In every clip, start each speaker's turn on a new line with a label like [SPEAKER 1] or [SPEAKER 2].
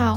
[SPEAKER 1] 好，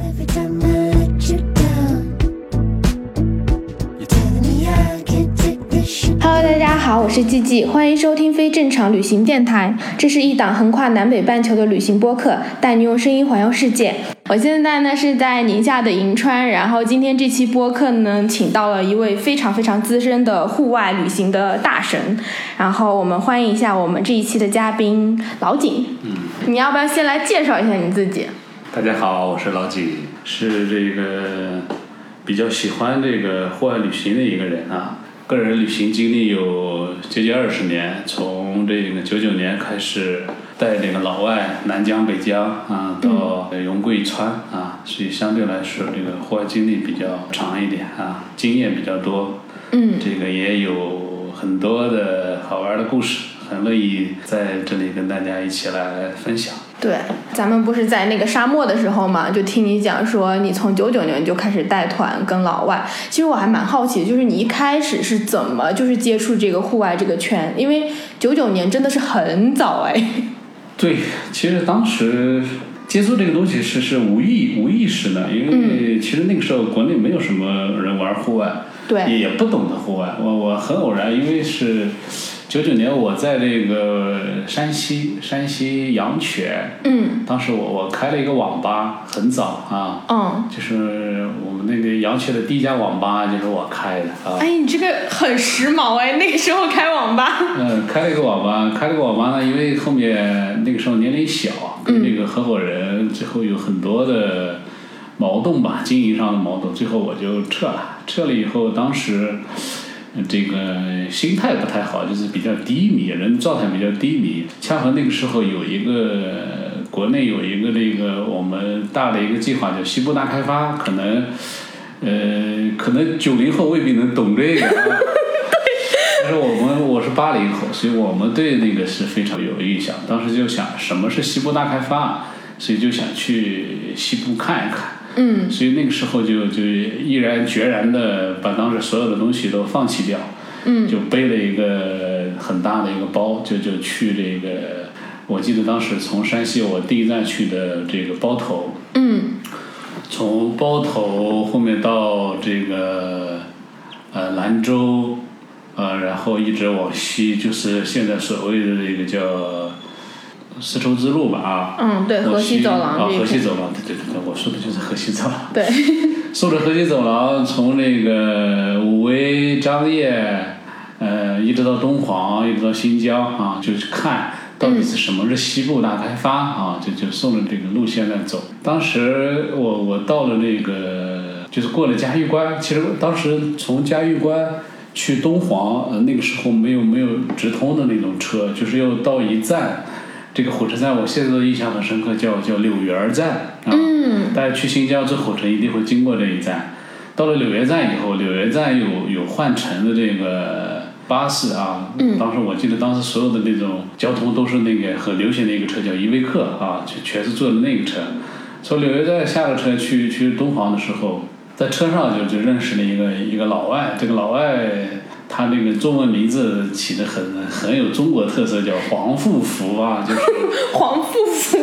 [SPEAKER 2] Every time I let you down, you're telling me I can't take this shit.
[SPEAKER 1] Hello，大家好，我是季季，欢迎收听非正常旅行电台。这是一档横跨南北半球的旅行播客，带你用声音环游世界。我现在呢是在宁夏的银川，然后今天这期播客呢，请到了一位非常非常资深的户外旅行的大神，然后我们欢迎一下我们这一期的嘉宾老景。嗯，你要不要先来介绍一下你自己？
[SPEAKER 3] 大家好，我是老几，是这个比较喜欢这个户外旅行的一个人啊。个人旅行经历有接近二十年，从这个九九年开始带这个老外南疆、北疆啊，到云贵川啊，所以相对来说这个户外经历比较长一点啊，经验比较多。
[SPEAKER 1] 嗯，
[SPEAKER 3] 这个也有很多的好玩的故事，很乐意在这里跟大家一起来分享。
[SPEAKER 1] 对，咱们不是在那个沙漠的时候嘛，就听你讲说你从九九年就开始带团跟老外。其实我还蛮好奇，就是你一开始是怎么就是接触这个户外这个圈？因为九九年真的是很早哎。
[SPEAKER 3] 对，其实当时接触这个东西是是无意无意识的，因
[SPEAKER 1] 嗯
[SPEAKER 3] 为其实那个时候国内没有什么人玩户外，也
[SPEAKER 1] 对，
[SPEAKER 3] 也不懂得户外。我我很偶然，因为是九九年我在这个山西山西阳泉，
[SPEAKER 1] 嗯
[SPEAKER 3] 当时我我开了一个网吧，很早啊，
[SPEAKER 1] 嗯，
[SPEAKER 3] 就是我们那个阳泉的第一家网吧就是我开的啊。
[SPEAKER 1] 哎，你这个很时髦哎，那个时候开网吧。
[SPEAKER 3] 嗯，开了一个网吧，开了个网吧呢，因为后面那个时候年龄小，跟这个合伙人最后有很多的矛盾吧，经营上的矛盾，最后我就撤了。撤了以后，当时呃这个心态不太好，就是比较低迷，人状态比较低迷。恰好那个时候有一个国内有一个那个我们大的一个计划叫西部大开发，可能呃，可能九零后未必能懂这个啊。但是我们我是八零后，所以我们对那个是非常有印象。当时就想什么是西部大开发，所以就想去西部看一看。
[SPEAKER 1] 嗯
[SPEAKER 3] 所以那个时候就就毅然决然的把当时所有的东西都放弃掉，
[SPEAKER 1] 嗯
[SPEAKER 3] 就背了一个很大的一个包，就就去这个。我记得当时从山西，我第一站去的这个包头，
[SPEAKER 1] 嗯
[SPEAKER 3] 从包头后面到这个呃兰州，呃，然后一直往西，就是现在所谓的这个叫丝绸之路吧啊。
[SPEAKER 1] 嗯，对，
[SPEAKER 3] 往
[SPEAKER 1] 河西走
[SPEAKER 3] 啊
[SPEAKER 1] 廊，这
[SPEAKER 3] 河
[SPEAKER 1] 一
[SPEAKER 3] 西
[SPEAKER 1] 片。
[SPEAKER 3] 走廊，对对对对，我说的就是河西走廊。
[SPEAKER 1] 对，
[SPEAKER 3] 顺着河西走廊，从那个武威、张掖，呃，一直到敦煌，一直到新疆啊，就去看到底是什么是西部大开发啊，就就顺着这个路线在走。当时我我到了那个，就是过了嘉峪关，其实当时从嘉峪关。去敦煌，呃，那个时候没有没有直通的那种车，就是要到一站，这个火车站我现在都印象很深刻，叫叫柳园站啊。
[SPEAKER 1] 嗯
[SPEAKER 3] 大家去新疆坐火车一定会经过这一站。到了柳园站以后，柳园站有有换乘的这个巴士啊。
[SPEAKER 1] 嗯
[SPEAKER 3] 当时我记得当时所有的那种交通都是那个很流行的一个车叫依维柯啊，全全是坐的那个车。从柳园站下了车去去敦煌的时候，在车上就就认识了一个一个老外，这个老外。他这个中文名字起的很很有中国特色，叫黄富福啊，就是
[SPEAKER 1] 黄富福。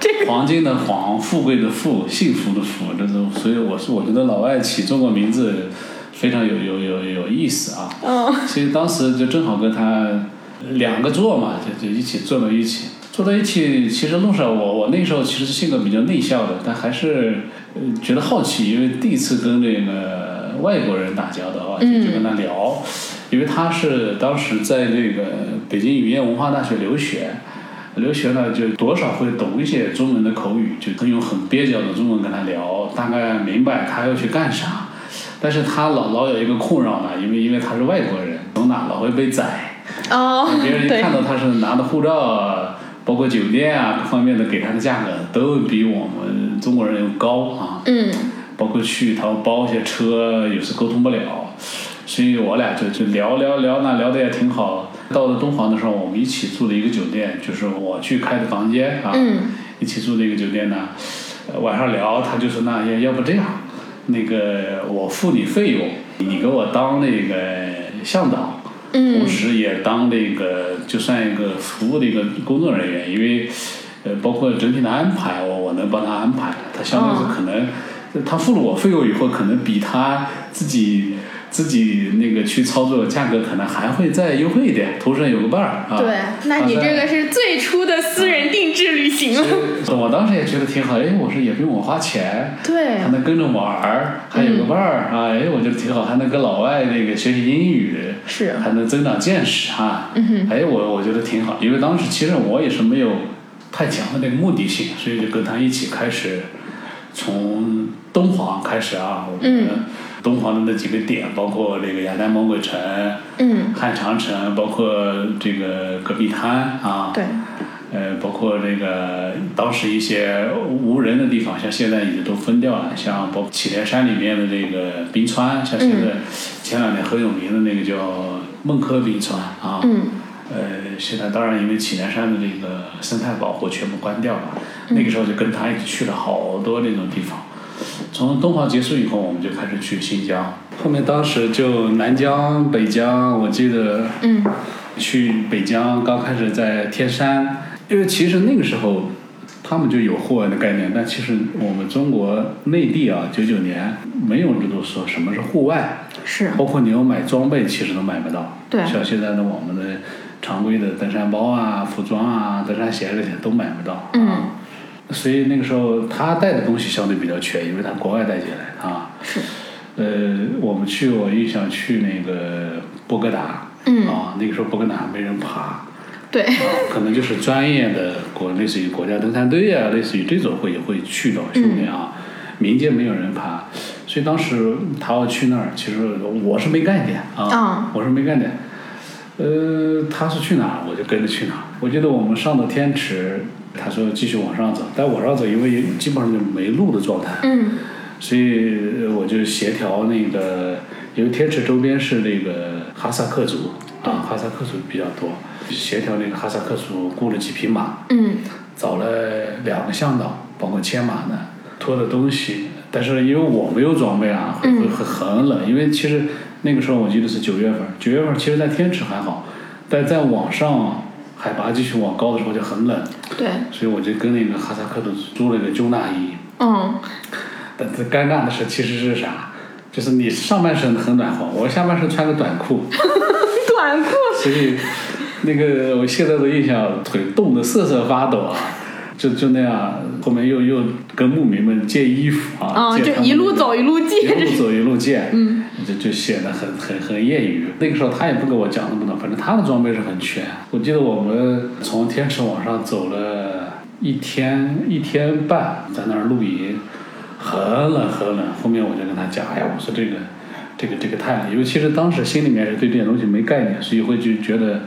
[SPEAKER 3] 就是黄金的黄，富贵的富，幸福的福，这种。所以我是我觉得老外起中国名字非常有有有有意思啊。
[SPEAKER 1] 嗯
[SPEAKER 3] 所以当时就正好跟他两个座嘛，就就一起坐到一起，坐到一起。其实路上我我那时候其实性格比较内向的，但还是呃觉得好奇，因为第一次跟这个外国人打交道啊，就
[SPEAKER 1] 嗯
[SPEAKER 3] 就跟他聊，因为他是当时在这个北京语言文化大学留学。留学呢，就多少会懂一些中文的口语，就可以用很蹩脚的中文跟他聊，大概明白他要去干啥。但是他老老有一个困扰呢，因为因为他是外国人，走哪老会被宰，
[SPEAKER 1] 哦，
[SPEAKER 3] 别人一
[SPEAKER 1] 对
[SPEAKER 3] 看，到他是拿的护照，啊包括酒店啊各方面的给他的价格都比我们中国人要高啊，
[SPEAKER 1] 嗯
[SPEAKER 3] 包括去他包一些车，有时沟通不了，所以我俩就就聊聊聊呢，聊的也挺好。到了敦煌的时候，我们一起住的一个酒店，就是我去开的房间啊，
[SPEAKER 1] 嗯
[SPEAKER 3] 一起住的一个酒店呢，呃晚上聊，他就说那要要不这样，那个我付你费用，你给我当那个向导，
[SPEAKER 1] 嗯
[SPEAKER 3] 同时也当那个就算一个服务的一个工作人员，因为呃，包括整体的安排，我我能帮他安排，他相当
[SPEAKER 1] 哦
[SPEAKER 3] 是可能、呃他付了我费用以后，可能比他自己。自己那个去操作价格可能还会再优惠一点，头上有个伴儿啊。
[SPEAKER 1] 对，那你
[SPEAKER 3] 好
[SPEAKER 1] 这
[SPEAKER 3] 的
[SPEAKER 1] 个是最初的私人定制旅行了。
[SPEAKER 3] 我当时也觉得挺好，哎，我说也不用我花钱，
[SPEAKER 1] 对
[SPEAKER 3] 还能跟着玩儿，还有个
[SPEAKER 1] 嗯
[SPEAKER 3] 伴儿、啊，哎，我觉得挺好，还能跟老外那个学习英语，
[SPEAKER 1] 是嗯
[SPEAKER 3] 还能增长见识啊，哎，我我觉得挺好，因为当时其实我也是没有太强的那个目的性，所以就跟他一起开始从敦煌开始啊，我们
[SPEAKER 1] 嗯
[SPEAKER 3] 敦煌的那几个点，包括那个雅丹魔鬼城、
[SPEAKER 1] 嗯，
[SPEAKER 3] 汉长城，包括这个戈壁滩啊，
[SPEAKER 1] 对，
[SPEAKER 3] 呃，包括这个当时一些无人的地方，像现在已经都分掉了，像包括祁连山里面的这个冰川，像现在前两年很有名的那个叫孟轲冰川啊，
[SPEAKER 1] 嗯
[SPEAKER 3] 呃，现在当然因为祁连山的这个生态保护全部关掉了，那个时候就跟他一起去了好多那种地方。从敦煌结束以后，我们就开始去新疆，后面当时就南疆、北疆，我记得
[SPEAKER 1] 嗯
[SPEAKER 3] 去北疆，刚开始在天山，因为其实那个时候他们就有户外的概念，但其实我们中国内地啊，九九年没有制度说什么是户外，
[SPEAKER 1] 是，啊
[SPEAKER 3] 包括你要买装备，其实都买不到。
[SPEAKER 1] 对
[SPEAKER 3] 像现在的我们的常规的登山包啊、服装啊、登山鞋这些都买不到。啊
[SPEAKER 1] 嗯
[SPEAKER 3] 所以那个时候他带的东西相对比较全，因为他国外带进来啊。
[SPEAKER 1] 是，
[SPEAKER 3] 呃，我们去，我印象去那个波哥达，
[SPEAKER 1] 嗯
[SPEAKER 3] 啊，那个时候波哥达还没人爬，
[SPEAKER 1] 对，
[SPEAKER 3] 可能就是专业的国，类似于国家登山队啊，类似于这种会会去的训练啊，民间没有人爬，所以当时他要去那儿，其实我是没概念啊，
[SPEAKER 1] 啊
[SPEAKER 3] 我是没概念。呃，他是去哪儿，我就跟着去哪儿。我记得我们上到天池，他说继续往上走，但往上走，因为基本上就没路的状态，
[SPEAKER 1] 嗯
[SPEAKER 3] 所以呃我就协调那个，因为天池周边是那个哈萨克族啊，哈萨克族比较多，协调那个哈萨克族雇了几匹马，
[SPEAKER 1] 嗯
[SPEAKER 3] 找了两个向导，包括牵马的，拖的东西。但是因为我没有装备啊，会会很很冷，因为其实那个时候我记得是九月份，九月份其实在天池还好，但在往上海拔继续往高的时候就很冷，
[SPEAKER 1] 对，
[SPEAKER 3] 所以我就跟那个哈萨克族租了个军大衣，
[SPEAKER 1] 嗯
[SPEAKER 3] 但是尴尬的是，其实是啥？就是你上半身很暖和，我下半身穿个短裤，
[SPEAKER 1] 短裤，
[SPEAKER 3] 所以那个我现在的印象，腿冻得瑟瑟发抖啊，就就那样。后面又又跟牧民们借衣服啊，
[SPEAKER 1] 嗯，
[SPEAKER 3] 借
[SPEAKER 1] 就
[SPEAKER 3] 他们
[SPEAKER 1] 一路
[SPEAKER 3] 那个
[SPEAKER 1] 走一路
[SPEAKER 3] 一路
[SPEAKER 1] 借，
[SPEAKER 3] 走一路见，嗯，就就显得很很很业余。那个时候他也不跟我讲那么多，反正他的装备是很全。我记得我们从天池往上走了一天一天半，在那儿露营，很冷很冷。后面我就跟他讲，哎呀，我说这个这个这个太冷，因为其实当时心里面是对这些东西没概念，所以会就觉得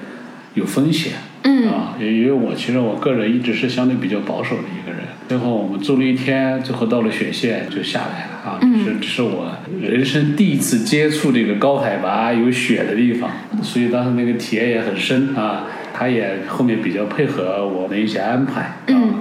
[SPEAKER 3] 有风险。
[SPEAKER 1] 嗯
[SPEAKER 3] 啊，也因为我其实我个人一直是相对比较保守的一个人。最后我们住了一天，最后到了雪县就下来了啊。
[SPEAKER 1] 嗯
[SPEAKER 3] 这这是我人生第一次接触这个高海拔有雪的地方，所以当时那个体验也很深啊。他也后面比较配合我的一些安排啊。
[SPEAKER 1] 嗯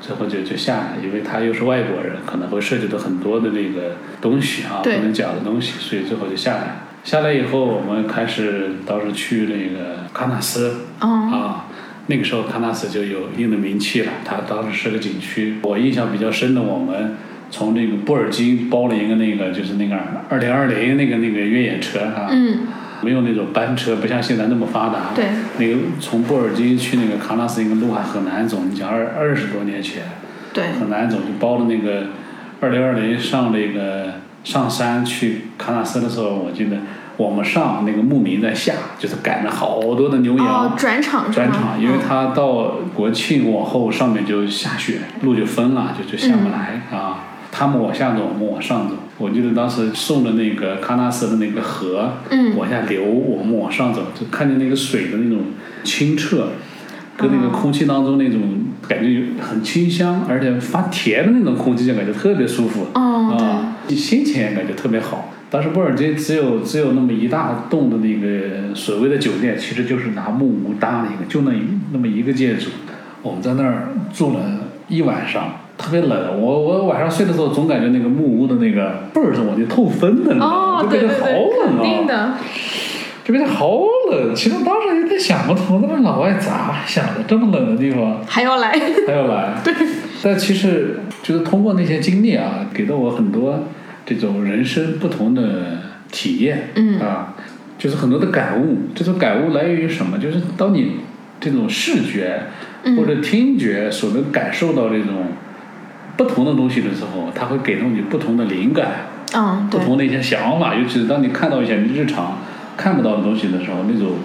[SPEAKER 3] 最后就就下来，因为他又是外国人，可能会涉及到很多的那个东西啊，不
[SPEAKER 1] 对
[SPEAKER 3] 能讲的东西，所以最后就下来。下来以后，我们开始当时去那个喀纳斯，
[SPEAKER 1] 嗯
[SPEAKER 3] 啊，那个时候喀纳斯就有一定的名气了，它当时是个景区。我印象比较深的，我们从那个布尔津包了一个那个就是那个二零二零那个那个越野车啊，
[SPEAKER 1] 嗯，
[SPEAKER 3] 没有那种班车，不像现在那么发达。
[SPEAKER 1] 对，
[SPEAKER 3] 那个从布尔津去那个喀纳斯，那个路还很难走。你想二二十多年前
[SPEAKER 1] 对，
[SPEAKER 3] 很难走，就包了那个二零二零上那个上山去喀纳斯的时候，我记得我们上那个牧民在下，就是赶了好多的牛羊。
[SPEAKER 1] 哦，转场是嗯
[SPEAKER 3] 转
[SPEAKER 1] 吗？
[SPEAKER 3] 场，因为它到国庆往后上面就下雪，路就封了，就就下
[SPEAKER 1] 嗯
[SPEAKER 3] 不来、啊。他们往下走，我们往上走。我记得当时送的那个喀纳斯的那个河，
[SPEAKER 1] 嗯
[SPEAKER 3] 往下流，我们往上走，就看见那个水的那种清澈，跟那个空气当中那种感觉有很清香，而且发甜的那种空气就感觉特别舒服。
[SPEAKER 1] 哦对
[SPEAKER 3] 啊，心情也感觉特别好。当时波尔津只有只有那么一大栋的那个所谓的酒店，其实就是拿木屋搭的一个，就那一那么一个建筑。我们在那儿住了一晚上，特别冷。我我晚上睡的时候总感觉那个木屋的那个背儿上往进透风的，你知道吗？
[SPEAKER 1] 哦，
[SPEAKER 3] 就
[SPEAKER 1] 对
[SPEAKER 3] 感
[SPEAKER 1] 对
[SPEAKER 3] 觉好
[SPEAKER 1] 对，
[SPEAKER 3] 冷
[SPEAKER 1] 肯
[SPEAKER 3] 啊，
[SPEAKER 1] 定的，
[SPEAKER 3] 就感觉好冷。其实当时有点想不通，那么老外咋想的？这么冷的地方。
[SPEAKER 1] 还要来，
[SPEAKER 3] 还要来。对。但其实就是通过那些经历啊，给到我很多这种人生不同的体验。
[SPEAKER 1] 嗯
[SPEAKER 3] 啊，就是很多的感悟。这种感悟来源于什么？就是当你这种视觉或者听觉所能感受到这种不同的东西的时候，它会给到你不同的灵感。
[SPEAKER 1] 嗯，
[SPEAKER 3] 不
[SPEAKER 1] 对，
[SPEAKER 3] 同的一些想法，尤其是当你看到一些你日常看不到的东西的时候，那种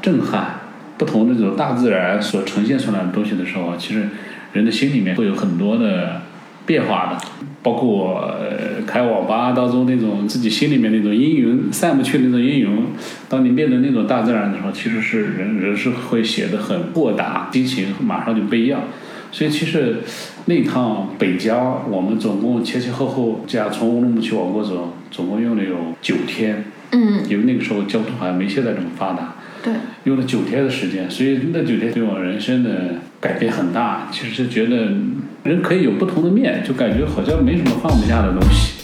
[SPEAKER 3] 震撼，不同那种大自然所呈现出来的东西的时候，啊其实人的心里面会有很多的变化的，包括、呃、开网吧当中那种自己心里面那种阴云散不去的那种阴云，当你面对那种大自然的时候，其实是人人是会显得很豁达，心情马上就不一样。所以其实那趟北郊，我们总共前前后后这样从乌鲁木齐往过走，总共用了有九天，
[SPEAKER 1] 嗯，
[SPEAKER 3] 因为那个时候交通好像没现在这么发达，
[SPEAKER 1] 对，
[SPEAKER 3] 用了九天的时间，所以那九天对我人生的改变很大。其实觉得人可以有不同的面，就感觉好像没什么放不下的东西。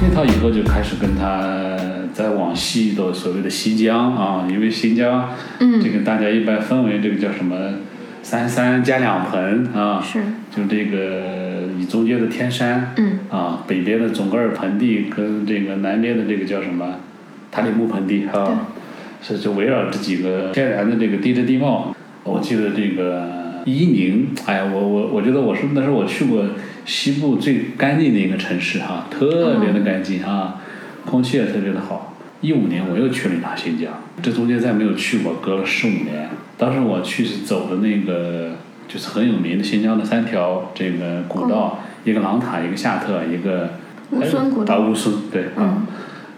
[SPEAKER 3] 那套以后就开始跟他在往西走，所谓的西江啊，因为新疆，
[SPEAKER 1] 嗯
[SPEAKER 3] 这个大家一般分为这个叫什么三三加两盆啊，
[SPEAKER 1] 是，
[SPEAKER 3] 就这个以中间的天山，
[SPEAKER 1] 嗯，
[SPEAKER 3] 啊，北边的总格尔盆地跟这个南边的这个叫什么塔里木盆地啊，是就围绕这几个天然的这个地质地貌。我记得这个伊宁，哎呀，我我我觉得我是那时候我去过西部最干净的一个城市哈、特别的干净啊，空气也特别的好。一五年我又去了一趟新疆，这中间再没有去过，隔了十五年。当时我去是走的那个就是很有名的新疆的三条这个古道，一个狼塔，一个夏特，一个
[SPEAKER 1] 哦乌孙古道嗯
[SPEAKER 3] 啊乌孙对啊、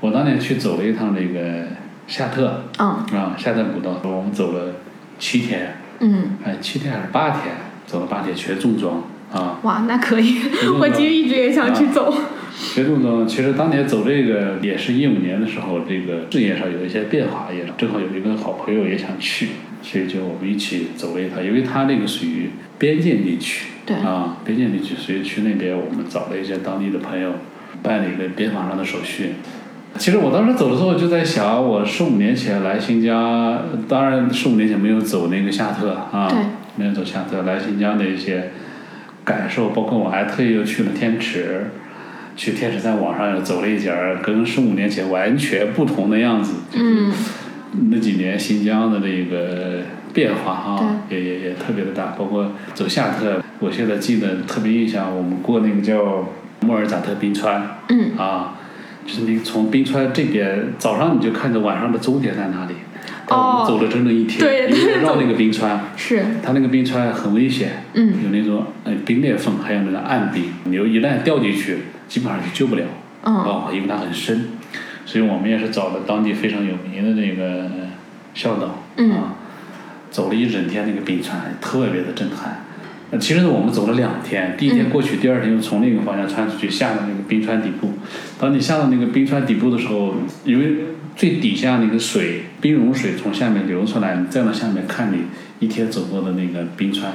[SPEAKER 3] 我当年去走了一趟那个夏特
[SPEAKER 1] 嗯
[SPEAKER 3] 啊夏特古道，我们走了七天，
[SPEAKER 1] 嗯，
[SPEAKER 3] 哎七天还是八天，走了八天全重装啊。
[SPEAKER 1] 哇，那可以
[SPEAKER 3] 嗯，
[SPEAKER 1] 我其实一直也想
[SPEAKER 3] 啊
[SPEAKER 1] 去走，
[SPEAKER 3] 学动中，其实当年走这个也是一五年的时候，这个事业上有一些变化，也正好有一个好朋友也想去，所以就我们一起走了一趟，因为他那个属于边境地区，
[SPEAKER 1] 对
[SPEAKER 3] 啊，边境地区，所以去那边我们找了一些当地的朋友，办理了边防上的手续。其实我当时走的时候就在想，我十五年前来新疆，当然十五年前没有走那个夏特啊
[SPEAKER 1] 对，
[SPEAKER 3] 没有走夏特，来新疆的一些感受，包括我还特意又去了天池，去天池在网上又走了一截儿，跟十五年前完全不同的样子。
[SPEAKER 1] 嗯，
[SPEAKER 3] 那几年新疆的这个变化啊，也也也特别的大，包括走夏特，我现在记得特别印象，我们过那个叫莫尔扎特冰川，
[SPEAKER 1] 嗯，
[SPEAKER 3] 啊，就是你从冰川这边早上你就看着晚上的终点在哪里，但我们
[SPEAKER 1] 哦
[SPEAKER 3] 走了整整一天，
[SPEAKER 1] 对
[SPEAKER 3] 一直
[SPEAKER 1] 对
[SPEAKER 3] 绕那个冰川。
[SPEAKER 1] 是，
[SPEAKER 3] 它那个冰川很危险，
[SPEAKER 1] 嗯
[SPEAKER 3] 有那种呃冰裂缝，还有那种暗冰，你又一旦掉进去，基本上就救不了，
[SPEAKER 1] 嗯
[SPEAKER 3] 哦，因为它很深，所以我们也是找了当地非常有名的这个向导，
[SPEAKER 1] 嗯
[SPEAKER 3] 啊，走了一整天那个冰川，特别的震撼。呃其实我们走了两天，第一
[SPEAKER 1] 嗯
[SPEAKER 3] 天过去，第二天又从另一个方向穿出去，下到那个冰川底部。当你下到那个冰川底部的时候，因为最底下那个水，冰融水从下面流出来，你再往下面看你一天走过的那个冰川，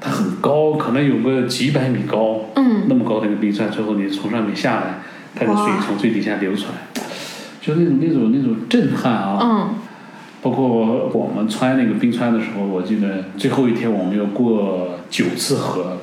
[SPEAKER 3] 它很高，可能有个几百米高，
[SPEAKER 1] 嗯，
[SPEAKER 3] 那么高的一个冰川，最后你从上面下来，它的水
[SPEAKER 1] 哇
[SPEAKER 3] 从最底下流出来，就那种那种那种震撼啊！
[SPEAKER 1] 嗯，
[SPEAKER 3] 包括我们穿那个冰川的时候，我记得最后一天我们要过九次河，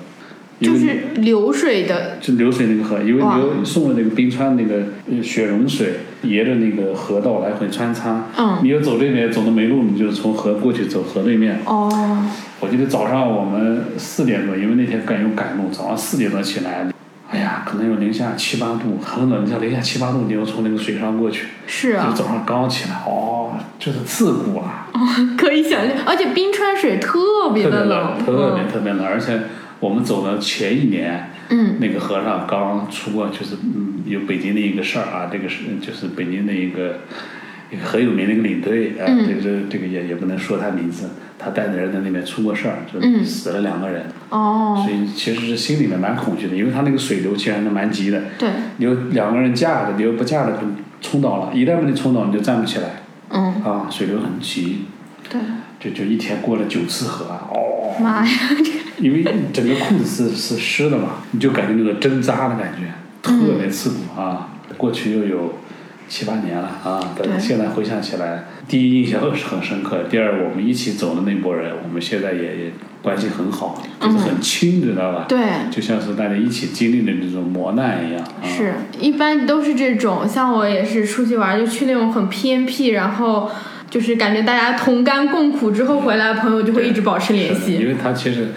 [SPEAKER 3] 因
[SPEAKER 1] 就
[SPEAKER 3] 为
[SPEAKER 1] 是流水的，
[SPEAKER 3] 就流水那个河，因为
[SPEAKER 1] 哇
[SPEAKER 3] 流送了那个冰川那个呃雪融水，沿着那个河道来回穿插。
[SPEAKER 1] 嗯，
[SPEAKER 3] 你要走这边走的没路，你就从河过去走河对面。
[SPEAKER 1] 哦，
[SPEAKER 3] 我记得早上我们四点多，因为那天赶有赶路，早上四点多起来，哎呀，可能有零下七八度，很冷，你像零下七八度，你要从那个水上过去，
[SPEAKER 1] 是
[SPEAKER 3] 就
[SPEAKER 1] 啊，
[SPEAKER 3] 早上刚起来，哦，就是刺骨啊，
[SPEAKER 1] 可以想象，而且冰川水特别
[SPEAKER 3] 特别
[SPEAKER 1] 的
[SPEAKER 3] 冷，
[SPEAKER 1] 冷，
[SPEAKER 3] 特别特别冷，而且我们走的前一年，
[SPEAKER 1] 嗯，
[SPEAKER 3] 那个和尚刚出过，就是嗯有北京的一个事儿啊，这个是就是北京的一个一个很有名的一个领队啊，
[SPEAKER 1] 嗯
[SPEAKER 3] 这个这个也也不能说他名字，他带的人在那边出过事儿，就死了两个人，
[SPEAKER 1] 嗯哦，
[SPEAKER 3] 所以其实是心里面蛮恐惧的，因为他那个水流其实还是蛮急的，
[SPEAKER 1] 对，
[SPEAKER 3] 你有两个人架着，你又不架着就冲倒了，一旦被你冲倒你就站不起来
[SPEAKER 1] 嗯，
[SPEAKER 3] 啊，水流很急，
[SPEAKER 1] 对，
[SPEAKER 3] 就就一天过了九次河啊，哦，
[SPEAKER 1] 妈呀，
[SPEAKER 3] 因为整个裤子是是湿的嘛，你就感觉那个针扎的感觉特
[SPEAKER 1] 嗯
[SPEAKER 3] 别刺骨啊。过去又有七八年了啊，但
[SPEAKER 1] 对
[SPEAKER 3] 是现在回想起来，第一印象是很深刻，第二我们一起走的那波人，我们现在也也关系很好，
[SPEAKER 1] 嗯
[SPEAKER 3] 就是很亲，知道吧？
[SPEAKER 1] 对。
[SPEAKER 3] 就像是大家一起经历的这种磨难一样啊。
[SPEAKER 1] 是，一般都是这种，像我也是出去玩儿，就去那种很偏僻，然后就是感觉大家同甘共苦之后回来，朋友就会一直保持
[SPEAKER 3] 是
[SPEAKER 1] 联
[SPEAKER 3] 的因
[SPEAKER 1] 系。
[SPEAKER 3] 为它其实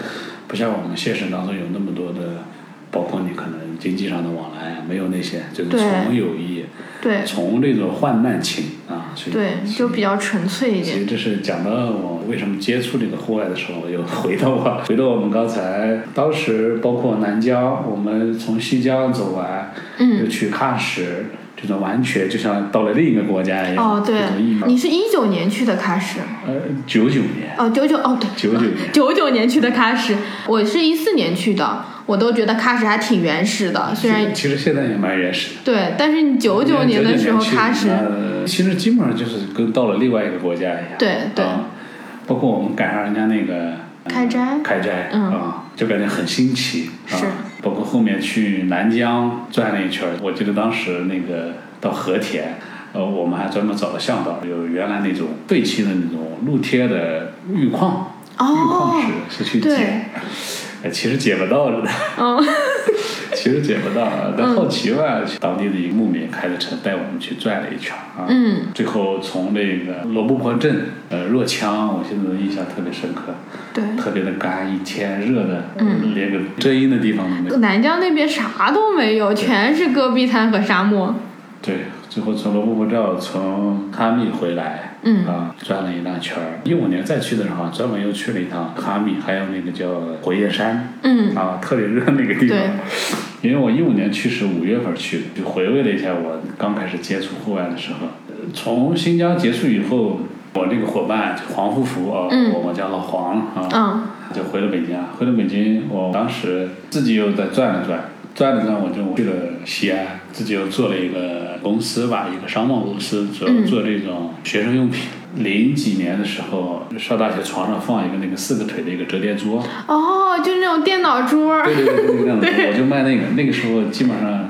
[SPEAKER 3] 不像我们现实当中有那么多的，包括你可能经济上的往来啊，没有那些，就是
[SPEAKER 1] 对
[SPEAKER 3] 纯友谊。
[SPEAKER 1] 对
[SPEAKER 3] 从这种患难情啊，所以
[SPEAKER 1] 对，就比较纯粹一
[SPEAKER 3] 所以
[SPEAKER 1] 点。
[SPEAKER 3] 这是讲到我为什么接触这个户外的时候，我又回到我 回到我们刚才，当时包括南疆，我们从西疆走完，
[SPEAKER 1] 嗯
[SPEAKER 3] 又去喀什，这种完全就像到了另一个国家一样，
[SPEAKER 1] 哦，对
[SPEAKER 3] 这种异，
[SPEAKER 1] 你
[SPEAKER 3] 域。
[SPEAKER 1] 是一九年去的喀什，
[SPEAKER 3] 呃，九九年，
[SPEAKER 1] 哦，九九，哦，对，
[SPEAKER 3] 九九年，
[SPEAKER 1] 九九年去的喀什，我是一四年去的，我都觉得喀什还挺原始的，啊虽然
[SPEAKER 3] 其实现在也蛮原始的。
[SPEAKER 1] 对，但是你九九年的时候喀什，
[SPEAKER 3] 呃，其实基本上就是跟到了另外一个国家一样。
[SPEAKER 1] 对对
[SPEAKER 3] 啊包括我们赶上人家那个呃
[SPEAKER 1] 开斋
[SPEAKER 3] 开斋
[SPEAKER 1] 嗯
[SPEAKER 3] 啊，就感觉很新奇。啊
[SPEAKER 1] 是。
[SPEAKER 3] 包括后面去南疆转了一圈儿，我记得当时那个到和田。呃，我们还专门找了向导，有原来那种废弃的那种露天的玉矿，玉矿
[SPEAKER 1] 哦
[SPEAKER 3] 石，是去
[SPEAKER 1] 对
[SPEAKER 3] 解，呃，其实解不到的，
[SPEAKER 1] 嗯，
[SPEAKER 3] 其实解不到，啊但好奇嘛，当地的一个牧民开着车带我们去转了一圈儿啊。
[SPEAKER 1] 嗯。
[SPEAKER 3] 最后从那个罗布泊镇，呃，若羌，我现在印象特别深刻，
[SPEAKER 1] 对。
[SPEAKER 3] 特别的干，一天热的，连个遮阴的地方都没有。
[SPEAKER 1] 南疆那边啥都没有，全是戈壁滩和沙漠。
[SPEAKER 3] 对，最后从罗布泊镇从哈密回来，
[SPEAKER 1] 嗯
[SPEAKER 3] 啊，转了一大圈儿。一五年再去的时候啊，专门又去了一趟哈密，还有那个叫火焰山，
[SPEAKER 1] 嗯，
[SPEAKER 3] 啊，特别热那个地方
[SPEAKER 1] 对。
[SPEAKER 3] 因为我一五年去是五月份去的，就回味了一下我刚开始接触户外的时候。呃从新疆结束以后，我那个伙伴黄富福啊，
[SPEAKER 1] 嗯
[SPEAKER 3] 我我叫老黄啊，
[SPEAKER 1] 嗯，
[SPEAKER 3] 就回了北京。啊，回了北京，我当时自己又再转了转，转了转，我就去了西安，自己又做了一个公司吧，一个商贸公司，主要
[SPEAKER 1] 嗯
[SPEAKER 3] 做这种学生用品。零几年的时候，上大学床上放一个那个四个腿的一个折叠桌，
[SPEAKER 1] 哦，就那种电脑桌儿。
[SPEAKER 3] 对对对对，那样子，我就卖那个。那个时候基本上，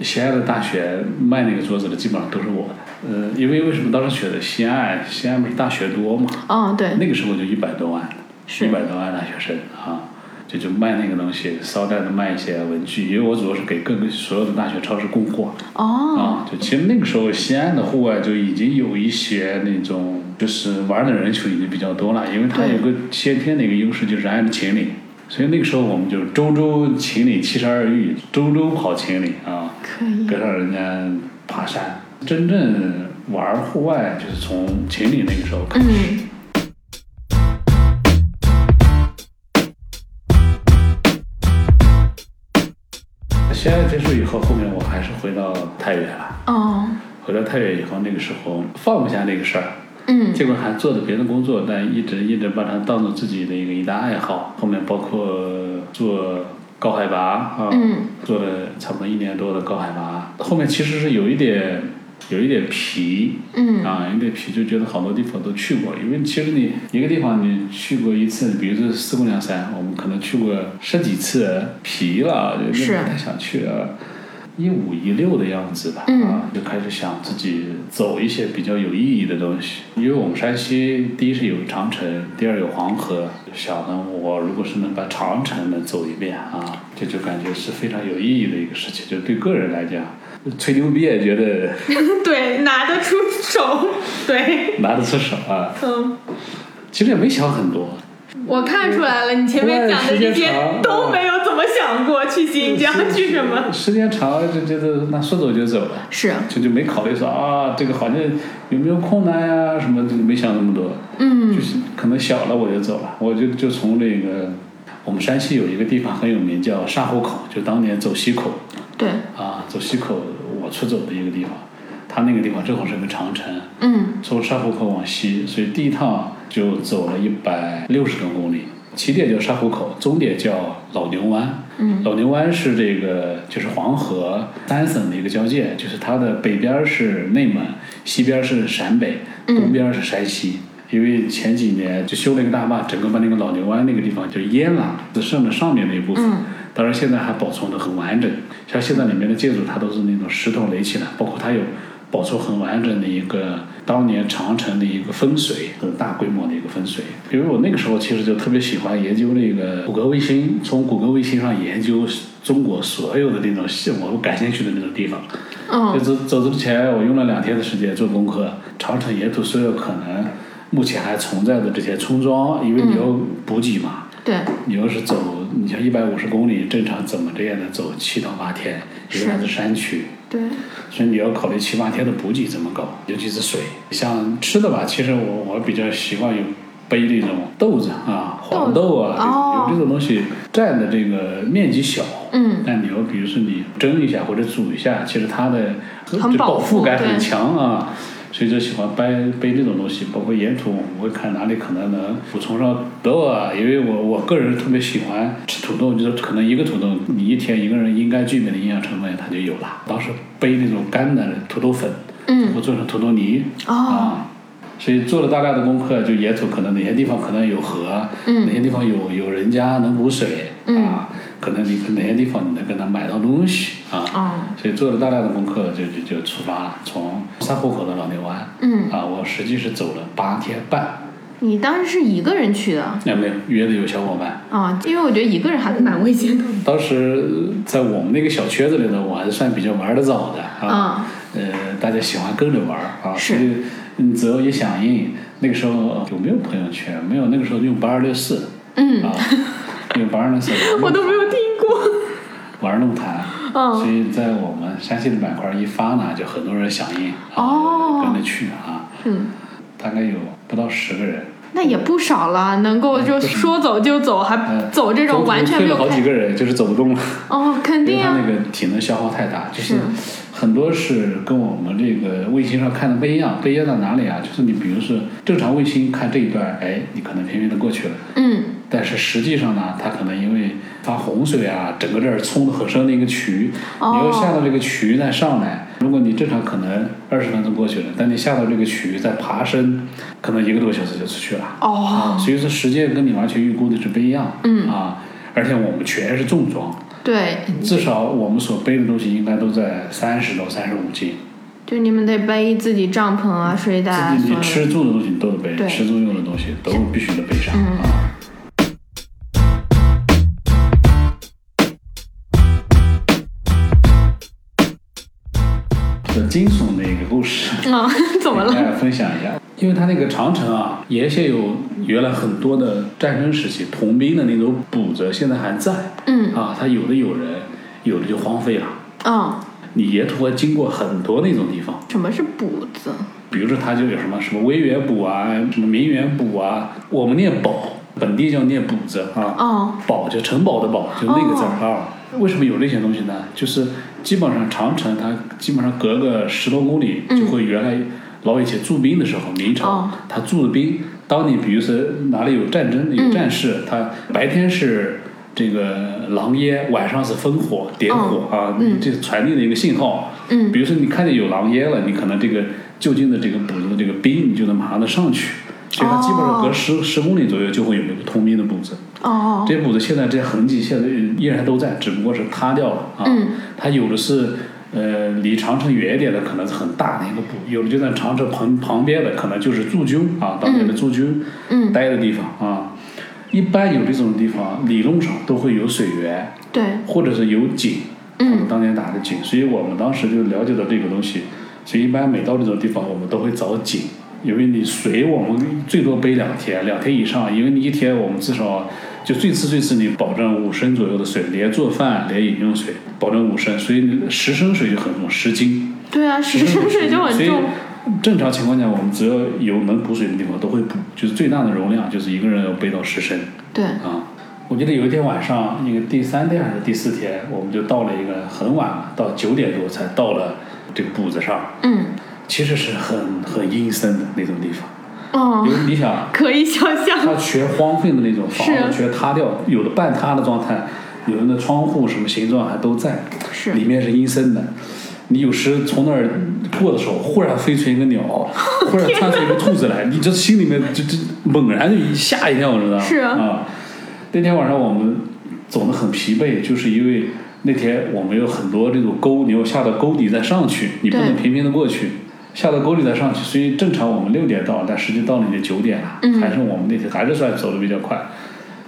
[SPEAKER 3] 西安的大学卖那个桌子的基本上都是我的。呃，因为为什么当时选择西安？西安不是大学多嘛？
[SPEAKER 1] 嗯，对，
[SPEAKER 3] 那个时候就一百多万，
[SPEAKER 1] 是
[SPEAKER 3] 一百多万大学生啊，就就卖那个东西，捎带着卖一些文具，因为我主要是给各个所有的大学超市供货。
[SPEAKER 1] 哦，
[SPEAKER 3] 啊，就其实那个时候西安的户外就已经有一些那种，就是玩的人群已经比较多了，因为它
[SPEAKER 1] 对
[SPEAKER 3] 有个先天的一个优势就是挨着秦岭，所以那个时候我们就周周秦岭七十二峪，周周跑秦岭啊，
[SPEAKER 1] 可以。
[SPEAKER 3] 跟上人家爬山。真正玩户外就是从秦岭那个时候开始。
[SPEAKER 1] 嗯，
[SPEAKER 3] 西安结束以后，后面我还是回到太原了。
[SPEAKER 1] 哦，
[SPEAKER 3] 回到太原以后，那个时候放不下那个事儿，
[SPEAKER 1] 嗯，
[SPEAKER 3] 结果还做着别的工作，但一直一直把它当做自己的一个一大爱好。后面包括做高海拔啊，
[SPEAKER 1] 嗯
[SPEAKER 3] 做了差不多一年多的高海拔，后面其实是有一点有一点疲，
[SPEAKER 1] 嗯
[SPEAKER 3] 啊，有点疲，就觉得好多地方都去过，因为其实你一个地方你去过一次，比如说四姑娘山，我们可能去过十几次，疲了，就就是不太想去了。一五一六的样子吧，
[SPEAKER 1] 嗯
[SPEAKER 3] 啊，就开始想自己走一些比较有意义的东西。因为我们山西第一是有长城，第二有黄河，就想呢，我如果是能把长城能走一遍啊，这就感觉是非常有意义的一个事情。就对个人来讲，吹牛逼也觉得
[SPEAKER 1] 对，拿得出手，对，
[SPEAKER 3] 拿得出手啊。
[SPEAKER 1] 嗯，
[SPEAKER 3] 其实也没想很多，
[SPEAKER 1] 我看出来了，你前面讲的这些都没有怎么想过去新疆去什么。
[SPEAKER 3] 时间长了就觉得那说走就走了。
[SPEAKER 1] 是，
[SPEAKER 3] 就就没考虑说啊，这个好像有没有困难呀、什么，就没想那么多。
[SPEAKER 1] 嗯
[SPEAKER 3] 就是可能小了我就走了，我就就从那个我们山西有一个地方很有名，叫沙湖口，就当年走西口
[SPEAKER 1] 对，
[SPEAKER 3] 啊，走西口出走的一个地方，它那个地方正好是个长城，
[SPEAKER 1] 嗯
[SPEAKER 3] 从沙湖口往西，所以第一趟就走了一百六十多公里，起点叫沙湖口，终点叫老牛湾。
[SPEAKER 1] 嗯
[SPEAKER 3] 老牛湾是这个就是黄河三省的一个交界，就是它的北边儿是内蒙，西边儿是陕北，
[SPEAKER 1] 嗯
[SPEAKER 3] 东边儿是山西。因为前几年就修了一个大坝，整个把那个老牛湾那个地方就淹了，只剩了上面那一部分。
[SPEAKER 1] 嗯
[SPEAKER 3] 当然现在还保存的很完整，像现在里面的建筑它都是那种石头垒起来，包括它有保存很完整的一个当年长城的一个风水，很大规模的一个风水。因为我那个时候其实就特别喜欢研究那个谷歌卫星，从谷歌卫星上研究中国所有的那种细我感兴趣的那种地方。就
[SPEAKER 1] 嗯
[SPEAKER 3] 走走之前，我用了两天的时间做功课，长城沿途所有可能目前还存在的这些村庄，因为
[SPEAKER 1] 嗯
[SPEAKER 3] 你要补给嘛。
[SPEAKER 1] 对，
[SPEAKER 3] 你要是走，你像一百五十公里，正常怎么着也得走七到八天，因为它
[SPEAKER 1] 是
[SPEAKER 3] 是山区，
[SPEAKER 1] 对，
[SPEAKER 3] 所以你要考虑七八天的补给怎么搞，尤其是水。像吃的吧，其实我我比较习惯有背那种豆子啊、黄豆啊，
[SPEAKER 1] 豆哦
[SPEAKER 3] 有这种东西占的这个面积小。
[SPEAKER 1] 嗯，
[SPEAKER 3] 但你要比如说你蒸一下或者煮一下，其实它的
[SPEAKER 1] 很
[SPEAKER 3] 就
[SPEAKER 1] 饱
[SPEAKER 3] 饱
[SPEAKER 1] 腹
[SPEAKER 3] 腹感很
[SPEAKER 1] 对
[SPEAKER 3] 强啊，所以就喜欢背背这种东西。包括沿途我会看哪里可能能补充上土豆啊，因为我我个人特别喜欢吃土豆，就是可能一个土豆你一天一个人应该具备的营养成分它就有了。当时背那种干的土豆粉，
[SPEAKER 1] 嗯
[SPEAKER 3] 我做成土豆泥、
[SPEAKER 1] 哦
[SPEAKER 3] 啊。所以做了大量的功课，就沿途可能哪些地方可能有河，
[SPEAKER 1] 嗯
[SPEAKER 3] 哪些地方有有人家能补水，
[SPEAKER 1] 嗯
[SPEAKER 3] 啊，可能你哪些地方你能跟他买到东西啊，
[SPEAKER 1] 哦
[SPEAKER 3] 所以做了大量的功课就就就出发了，从沙湖口到老牛湾，
[SPEAKER 1] 嗯，
[SPEAKER 3] 啊，我实际是走了八天半，
[SPEAKER 1] 你当时是一个人去的
[SPEAKER 3] 那没有约的有小伙伴，
[SPEAKER 1] 啊？因为我觉得一个人还是蛮危险的。
[SPEAKER 3] 当时在我们那个小圈子里呢，我还是算比较玩的早的啊，
[SPEAKER 1] 啊，
[SPEAKER 3] 呃，大家喜欢跟着玩儿啊，
[SPEAKER 1] 是
[SPEAKER 3] 所以你只要一响应，那个时候有没有朋友圈？没有，那个时候用八二六四
[SPEAKER 1] 嗯，
[SPEAKER 3] 啊，用八二六四，
[SPEAKER 1] 我都没有听过。
[SPEAKER 3] 玩弄坛，
[SPEAKER 1] 嗯
[SPEAKER 3] 所以在我们山西的板块一发呢，就很多人响应，
[SPEAKER 1] 哦
[SPEAKER 3] 啊，跟着去啊，
[SPEAKER 1] 嗯，
[SPEAKER 3] 大概有不到十个人，
[SPEAKER 1] 那也不少了，能够就说走就走，还
[SPEAKER 3] 嗯
[SPEAKER 1] 哦走这种完全没有
[SPEAKER 3] 中途退了好
[SPEAKER 1] 开
[SPEAKER 3] 几个人，就是走不动了，
[SPEAKER 1] 哦，肯
[SPEAKER 3] 因为
[SPEAKER 1] 定
[SPEAKER 3] 他那
[SPEAKER 1] 啊，
[SPEAKER 3] 个体能消耗太大，就是
[SPEAKER 1] 是
[SPEAKER 3] 很多是跟我们这个卫星上看的不一样，不一样在哪里啊？就是你比如说正常卫星看这一段，哎，你可能平平的过去了。
[SPEAKER 1] 嗯，
[SPEAKER 3] 但是实际上呢，它可能因为发洪水啊，整个这儿冲得很深的一个渠，
[SPEAKER 1] 哦
[SPEAKER 3] 你要下到这个渠再上来，如果你正常可能二十分钟过去了，但你下到这个渠再爬升，可能一个多小时就出去了。啊，
[SPEAKER 1] 哦，
[SPEAKER 3] 所以说时间跟你完全预估的是不一样。
[SPEAKER 1] 嗯
[SPEAKER 3] 啊，而且我们全是重装，
[SPEAKER 1] 对，
[SPEAKER 3] 至少我们所背的东西应该都在三十到三十五斤。
[SPEAKER 1] 就你们得背自己帐篷啊、睡袋啊，
[SPEAKER 3] 自己
[SPEAKER 1] 所
[SPEAKER 3] 你
[SPEAKER 1] 有的。
[SPEAKER 3] 吃住的东西你都得
[SPEAKER 1] 对
[SPEAKER 3] 背，吃住用的东西都必须得背上
[SPEAKER 1] 嗯
[SPEAKER 3] 啊。这惊悚的一个故事，
[SPEAKER 1] 啊，怎么
[SPEAKER 3] 给大家
[SPEAKER 1] 了？
[SPEAKER 3] 分享一下。因为它那个长城啊，沿线有原来很多的战争时期屯兵的那种补着，现在还在
[SPEAKER 1] 嗯，
[SPEAKER 3] 啊。它有的有人，有的就荒废了。
[SPEAKER 1] 哦，
[SPEAKER 3] 你沿途会经过很多那种地方，
[SPEAKER 1] 什么是补子？
[SPEAKER 3] 比如说它就有什么什么威远堡啊，什么明远堡啊，我们念堡，本地叫念堡子啊，
[SPEAKER 1] 哦，
[SPEAKER 3] 堡就城堡的堡，就那个字儿啊。为什么有这些东西呢？就是基本上长城它基本上隔个十多公里就会原来老以前驻兵的时候，明
[SPEAKER 1] 嗯哦
[SPEAKER 3] 朝他驻的兵，当你比如说哪里有战争
[SPEAKER 1] 嗯
[SPEAKER 3] 有战事，他白天是。这个狼烟，晚上是烽火、点火、啊，
[SPEAKER 1] 嗯
[SPEAKER 3] 这是传递的一个信号。
[SPEAKER 1] 嗯
[SPEAKER 3] 比如说你看见有狼烟了，你可能这个就近的这个补子的这个兵，你就能马上的上去。所以它基本上
[SPEAKER 1] 哦
[SPEAKER 3] 隔十十公里左右就会有一个通兵的补子。
[SPEAKER 1] 哦，
[SPEAKER 3] 这些补子现在这些痕迹现在依然都在，只不过是塌掉了啊。
[SPEAKER 1] 嗯
[SPEAKER 3] 它有的是呃离长城远一点的，可能是很大的一个补；有的就在长城旁旁边的，可能就是驻军啊，当年的驻军、
[SPEAKER 1] 嗯，
[SPEAKER 3] 待的地方啊。一般有这种地方，理论上都会有水源，
[SPEAKER 1] 对，
[SPEAKER 3] 或者是有井，他
[SPEAKER 1] 嗯
[SPEAKER 3] 们当年打的井，所以我们当时就了解到这个东西，所以一般每到这种地方，我们都会找井，因为你水我们最多背两天，两天以上，因为你一天我们至少就最次最次你保证五升左右的水，连做饭连饮用水保证五升，所以你十升水就很重，十斤，
[SPEAKER 1] 对啊，
[SPEAKER 3] 十
[SPEAKER 1] 十升水就很
[SPEAKER 3] 所以
[SPEAKER 1] 重。
[SPEAKER 3] 正常情况下，我们只要有能补水的地方都会补，就是最大的容量就是一个人要背到十升。
[SPEAKER 1] 对，
[SPEAKER 3] 啊，我记得有一天晚上，那个第三天还是第四天，我们就到了一个很晚了，到九点多才到了这个步子上，
[SPEAKER 1] 嗯，
[SPEAKER 3] 其实是很很阴森的那种地方。
[SPEAKER 1] 哦
[SPEAKER 3] 因，为你 想，
[SPEAKER 1] 可以想象，
[SPEAKER 3] 它全荒废的那种房
[SPEAKER 1] 是啊
[SPEAKER 3] 子，全塌掉，有的半塌的状态，有的那窗户什么形状还都在，
[SPEAKER 1] 是
[SPEAKER 3] 里面是阴森的。你有时从那儿过的时候，忽然飞出一个鸟， 忽然窜出一个兔子来，你这心里面就就猛然就一吓一跳，你知道吗？
[SPEAKER 1] 是啊
[SPEAKER 3] 啊。那天晚上我们走得很疲惫，就是因为那天我们有很多这种沟，你要下到沟底再上去，你不
[SPEAKER 1] 对
[SPEAKER 3] 能平平的过去，下到沟里再上去。所以正常我们六点到，但实际到了也九点了，
[SPEAKER 1] 嗯
[SPEAKER 3] 还是我们那天还是算走的比较快。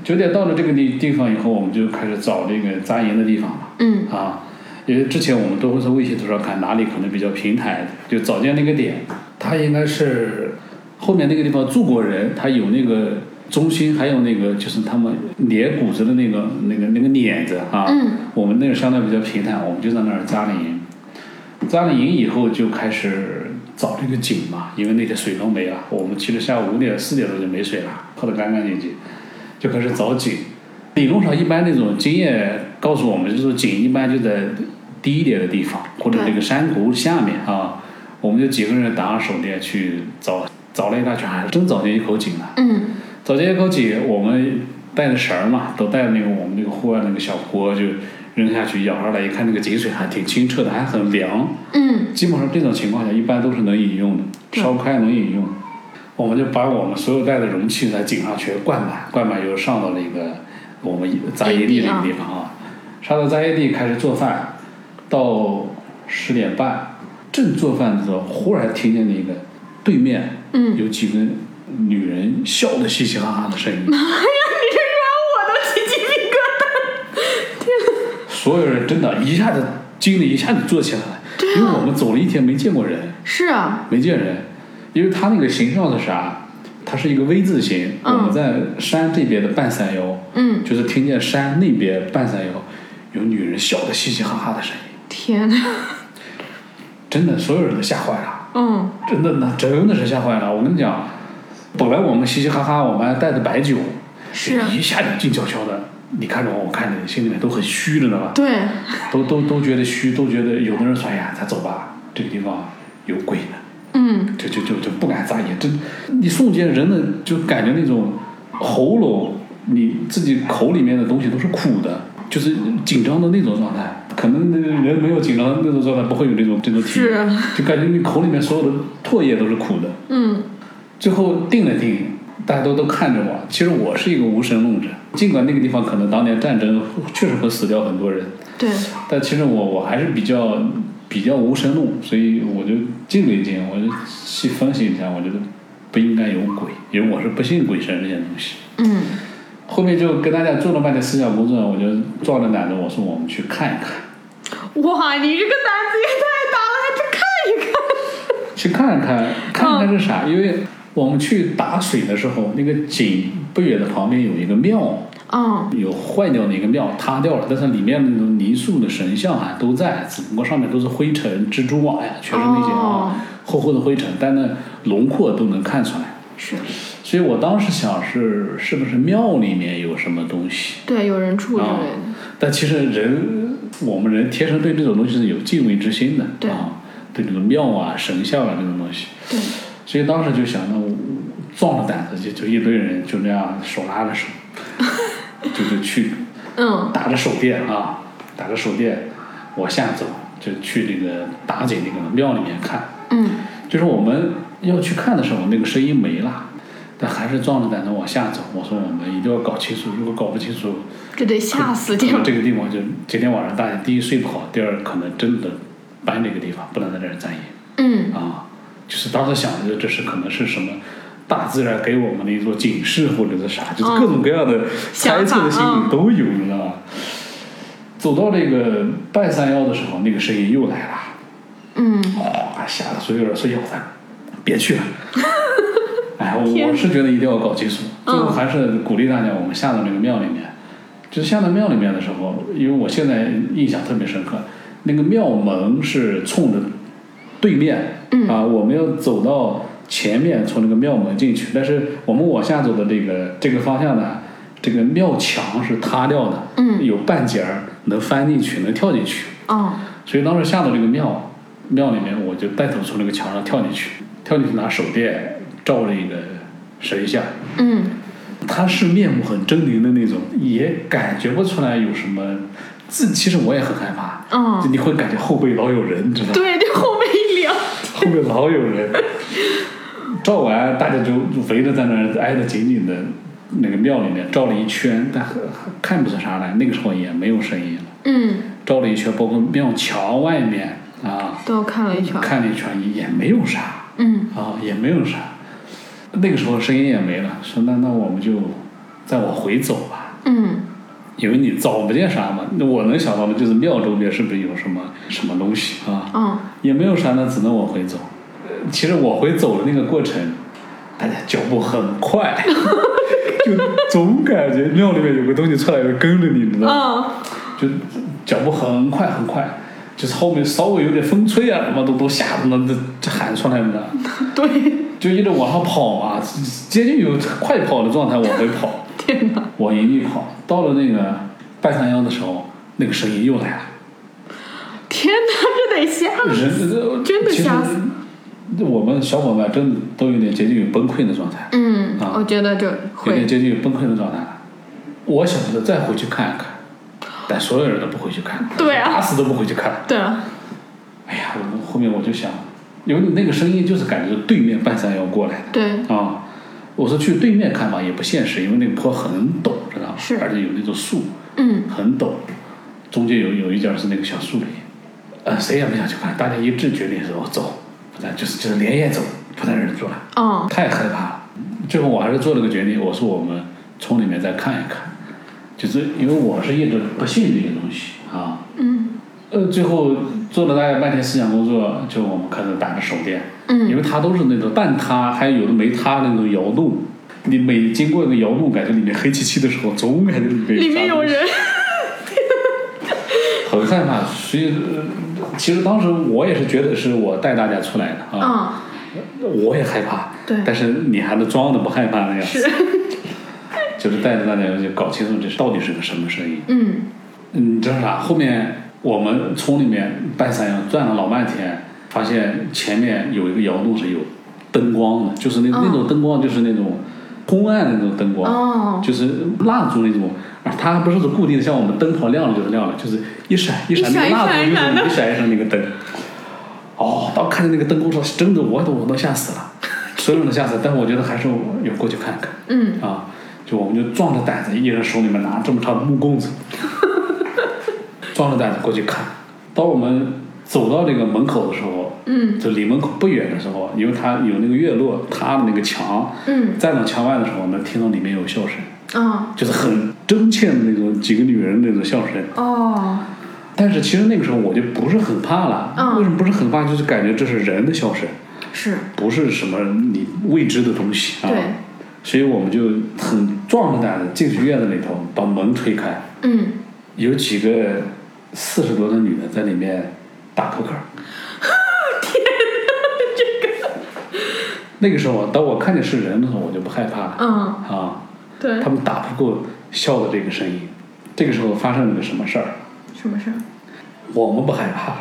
[SPEAKER 3] 九点到了这个地地方以后，我们就开始找这个扎营的地方了。
[SPEAKER 1] 嗯
[SPEAKER 3] 啊，因为之前我们都会从卫星图上看哪里可能比较平坦，就找见那个点，它应该是后面那个地方住过人，它有那个中心，还有那个就是他们碾谷子的那个那个那个碾子啊，
[SPEAKER 1] 嗯
[SPEAKER 3] 我们那个相对比较平坦，我们就在那儿扎了营，扎了营以后就开始找这个井嘛，因为那天水都没了，我们去了下午五点四点多就没水了，喝得干干净净，就开始找井。理论上，一般那种经验告诉我们，就是井一般就在低一点的地方，或者这个山谷下面啊。我们就几个人打上手电去找，找了一大圈，还真找见一口井了。
[SPEAKER 1] 嗯
[SPEAKER 3] 找这些枸杞，我们带着绳儿嘛，都带着那个我们那个户外那个小锅，就扔下去，舀上来一看，那个井水还挺清澈的，还很凉。
[SPEAKER 1] 嗯，
[SPEAKER 3] 基本上这种情况下，一般都是能饮用的，烧开能饮用。我们就把我们所有带的容器在井上全灌满，灌满以后上到那个我们扎营地那个地方啊，上到扎营地开始做饭，到十点半正做饭的时候，忽然听见那个对面
[SPEAKER 1] 嗯
[SPEAKER 3] 有几个女人笑得嘻嘻哈哈的声音，
[SPEAKER 1] 你这让我都起鸡皮疙瘩。
[SPEAKER 3] 所有人真的一下子惊得一下子坐起来了，
[SPEAKER 1] 啊
[SPEAKER 3] 因为我们走了一天没见过人。
[SPEAKER 1] 是啊，
[SPEAKER 3] 没见人，因为它那个形状是啥？它是一个 V 字形。
[SPEAKER 1] 嗯
[SPEAKER 3] 我们在山这边的半山腰，
[SPEAKER 1] 嗯，
[SPEAKER 3] 就是听见山那边半山腰有女人笑得嘻嘻哈哈的声音，
[SPEAKER 1] 天哪，
[SPEAKER 3] 真的，所有人都吓坏了，
[SPEAKER 1] 嗯
[SPEAKER 3] 真的，那真的是吓坏了。我跟你讲，本来我们嘻嘻哈哈，我们还带着白酒，
[SPEAKER 1] 是啊
[SPEAKER 3] 一下就静悄悄的。你看着我，我看着你，心里面都很虚的，知道吧？
[SPEAKER 1] 对，
[SPEAKER 3] 都都都觉得虚，都觉得有的人说：“哎呀，咱走吧，这个地方有鬼呢。”
[SPEAKER 1] 嗯
[SPEAKER 3] 就就就就不敢眨眼，这你瞬间人的就感觉那种喉咙，你自己口里面的东西都是苦的，就是紧张的那种状态。可能那个人没有紧张的那种状态，不会有这种这种体验，就感觉你口里面所有的唾液都是苦的。
[SPEAKER 1] 嗯
[SPEAKER 3] 最后定了定，大家都都看着我。其实我是一个无神论者，尽管那个地方可能当年战争确实会死掉很多人，
[SPEAKER 1] 对，
[SPEAKER 3] 但其实我我还是比较比较无神论，所以我就静了一静，我就细分析一下，我觉得不应该有鬼，因为我是不信鬼神这些东西。
[SPEAKER 1] 嗯
[SPEAKER 3] 后面就跟大家做了半天思想工作，我就壮着胆子我说我们去看一看，
[SPEAKER 1] 哇，你这个胆子也太大了，还不看一看？
[SPEAKER 3] 去看一看，看一看是啥？因为我们去打水的时候，那个井不远的旁边有一个庙，
[SPEAKER 1] 嗯
[SPEAKER 3] 有坏掉的一个庙塌掉了，但是里面的那种泥塑的神像啊都在，只不过上面都是灰尘、蜘蛛网呀，全是那些啊、
[SPEAKER 1] 哦
[SPEAKER 3] 厚厚的灰尘，但那轮廓都能看出来。
[SPEAKER 1] 是，
[SPEAKER 3] 所以我当时想是是不是庙里面有什么东西？
[SPEAKER 1] 对，有人住之类
[SPEAKER 3] 啊
[SPEAKER 1] 的，，
[SPEAKER 3] 但其实人，我们人天生对这种东西是有敬畏之心的，
[SPEAKER 1] 对
[SPEAKER 3] 啊，对这个庙啊、神像啊这种东西，
[SPEAKER 1] 对，
[SPEAKER 3] 所以当时就想，那我壮着胆子就就一堆人就那样手拉 着手，就就去
[SPEAKER 1] 嗯
[SPEAKER 3] 打着手电啊，打着手电往下走，就去那个打井那个庙里面看。
[SPEAKER 1] 嗯
[SPEAKER 3] 就是我们要去看的时候，那个声音没了，但还是壮着胆子往下走。我说我们一定要搞清楚，如果搞不清楚，
[SPEAKER 1] 这得吓死
[SPEAKER 3] 可
[SPEAKER 1] 这
[SPEAKER 3] 能
[SPEAKER 1] 样。
[SPEAKER 3] 这个地方就今天晚上大家第一睡不好，第二可能真的搬这个地方，不能在这儿暂营
[SPEAKER 1] 嗯，
[SPEAKER 3] 啊。就是当时想的，这是可能是什么。大自然给我们的一座警示，或者是啥，就是各种各样的猜测的心
[SPEAKER 1] 哦想法嗯
[SPEAKER 3] 理都有，你知道吧？走到这个半山腰的时候，那个声音又来了，
[SPEAKER 1] 嗯，
[SPEAKER 3] 哇，哎吓得所有人说要咱别去 了。哎，我
[SPEAKER 1] 天
[SPEAKER 3] 我是觉得一定要搞技术，
[SPEAKER 1] 嗯
[SPEAKER 3] 最后还是鼓励大家，我们下到那个庙里面。就是下到庙里面的时候，因为我现在印象特别深刻，那个庙门是冲着对面，
[SPEAKER 1] 嗯
[SPEAKER 3] 啊，我们要走到前面，从那个庙门进去。但是我们往下走的这个这个方向呢，这个庙墙是塌掉的，
[SPEAKER 1] 嗯
[SPEAKER 3] 有半截儿能翻进去，能跳进去。
[SPEAKER 1] 哦，
[SPEAKER 3] 所以当时下到这个庙，庙里面，我就带头从那个墙上跳进去，跳进去拿手电照这个神像，
[SPEAKER 1] 嗯
[SPEAKER 3] 他是面目很狰狞的那种，也感觉不出来有什么。自其实我也很害怕，就
[SPEAKER 1] 嗯，
[SPEAKER 3] 你会感觉后背老有人，你知道吗？
[SPEAKER 1] 对，这后背一凉，
[SPEAKER 3] 后面老有人。照完，大家就围着在那儿挨得紧紧的，那个庙里面照了一圈，但很看不出啥来。那个时候也没有声音了，
[SPEAKER 1] 嗯，
[SPEAKER 3] 照了一圈，包括庙墙外面啊，
[SPEAKER 1] 都看了一圈，
[SPEAKER 3] 看了一圈也没有啥
[SPEAKER 1] 嗯
[SPEAKER 3] 啊，也没有啥。那个时候声音也没了，说那那我们就再往回走吧。
[SPEAKER 1] 嗯
[SPEAKER 3] 因为你找不见啥嘛，那我能想到的就是庙周边是不是有什么什么东西啊？
[SPEAKER 1] 嗯
[SPEAKER 3] 也没有啥，那只能往回走。呃其实往回走的那个过程，大家脚步很快， 就总感觉庙里面有个东西出来要跟着你，你知道吗？
[SPEAKER 1] 嗯，
[SPEAKER 3] 就脚步很快很快，就是后面稍微有点风吹啊，什么都都吓得那这喊出来的，
[SPEAKER 1] 对，
[SPEAKER 3] 就一直往上跑啊，接近有快跑的状态往回跑，
[SPEAKER 1] 天哪，
[SPEAKER 3] 往营地跑。到了那个半山腰的时候，那个声音又来了。
[SPEAKER 1] 天哪，这得吓死！
[SPEAKER 3] 人
[SPEAKER 1] 真的吓死！
[SPEAKER 3] 其实我们小伙伴真的都有点接近于崩溃的状态，
[SPEAKER 1] 嗯，
[SPEAKER 3] 啊
[SPEAKER 1] 我觉得这
[SPEAKER 3] 有点
[SPEAKER 1] 会，
[SPEAKER 3] 接近于崩溃的状态了。我想着再回去看一看，但所有人都不回去看，
[SPEAKER 1] 对啊
[SPEAKER 3] 打死都不回去看。
[SPEAKER 1] 对啊，
[SPEAKER 3] 哎呀，我后面我就想，因为那个声音就是感觉对面半山腰过来
[SPEAKER 1] 对，
[SPEAKER 3] 的啊。我说去对面看吧，也不现实，因为那个坡很陡，知道吗？
[SPEAKER 1] 是
[SPEAKER 3] 而且有那种树
[SPEAKER 1] 嗯
[SPEAKER 3] 很陡，中间有有一角是那个小树林，呃，谁也不想去看，大家一致决定说走，不然就是就是连夜走，不在这儿住了，
[SPEAKER 1] 嗯，
[SPEAKER 3] 太害怕了。最后我还是做了个决定，我说我们从里面再看一看，就是因为我是一直不信这个东西啊。
[SPEAKER 1] 嗯
[SPEAKER 3] 呃，最后做了大概半天思想工作，就我们开始打着手电，因
[SPEAKER 1] 嗯，
[SPEAKER 3] 为它都是那种半塌，还有的没塌的那种窑洞。你每经过一个窑洞，感觉里面黑漆漆的时候，总感觉里面
[SPEAKER 1] 里面有
[SPEAKER 3] 人。
[SPEAKER 1] 人，
[SPEAKER 3] 很害怕，所以、呃其实当时我也是觉得是我带大家出来的啊，
[SPEAKER 1] 嗯，
[SPEAKER 3] 我也害怕，
[SPEAKER 1] 对
[SPEAKER 3] 但是你还能装的不害怕那样，
[SPEAKER 1] 是，
[SPEAKER 3] 就是带着大家就搞清楚这到底是个什么声音。
[SPEAKER 1] 嗯
[SPEAKER 3] 你知道啥？后面我们从里面半山腰转了老半天，发现前面有一个窑洞是有灯光的，就是那、
[SPEAKER 1] 嗯
[SPEAKER 3] 那种灯光就是那种昏暗的那种灯光，
[SPEAKER 1] 哦，
[SPEAKER 3] 就是蜡烛那种，啊，它还不是固定的，像我们灯泡亮了就是亮了，就是一闪一闪，
[SPEAKER 1] 一
[SPEAKER 3] 那个
[SPEAKER 1] 闪
[SPEAKER 3] 蜡烛
[SPEAKER 1] 一闪一
[SPEAKER 3] 就是
[SPEAKER 1] 闪的
[SPEAKER 3] 一闪一闪那个灯。哦，当看见那个灯光的时候，真的我都我都吓死了， 所有人都吓死了，但我觉得还是有过去看看
[SPEAKER 1] 嗯
[SPEAKER 3] 啊，就我们就壮着胆子，一人手里面拿这么长的木棍子，壮着胆子过去看。当我们走到这个门口的时候，
[SPEAKER 1] 嗯
[SPEAKER 3] 就离门口不远的时候，因为它有那个院落塌的那个墙，
[SPEAKER 1] 嗯
[SPEAKER 3] 站到墙外的时候，能听到里面有笑声。
[SPEAKER 1] 啊
[SPEAKER 3] 就是很真切的那种几个女人的那种笑声。
[SPEAKER 1] 哦，
[SPEAKER 3] 但是其实那个时候我就不是很怕了，
[SPEAKER 1] 嗯
[SPEAKER 3] 为什么不是很怕？就是感觉这是人的笑声，
[SPEAKER 1] 是，
[SPEAKER 3] 不是什么你未知的东西啊。
[SPEAKER 1] 对，
[SPEAKER 3] 所以我们就很壮着胆子进去院子里头，把门推开，
[SPEAKER 1] 嗯，
[SPEAKER 3] 有几个四十多的女的在里面打扑克。天哪，这个！那个时候，当我看见是人的时候，我就不害怕了、
[SPEAKER 1] 嗯，
[SPEAKER 3] 啊。
[SPEAKER 1] 对
[SPEAKER 3] 他，们打不过笑的这个声音。这个时候发生了个什么事儿？
[SPEAKER 1] 什么事儿？
[SPEAKER 3] 我们不害怕，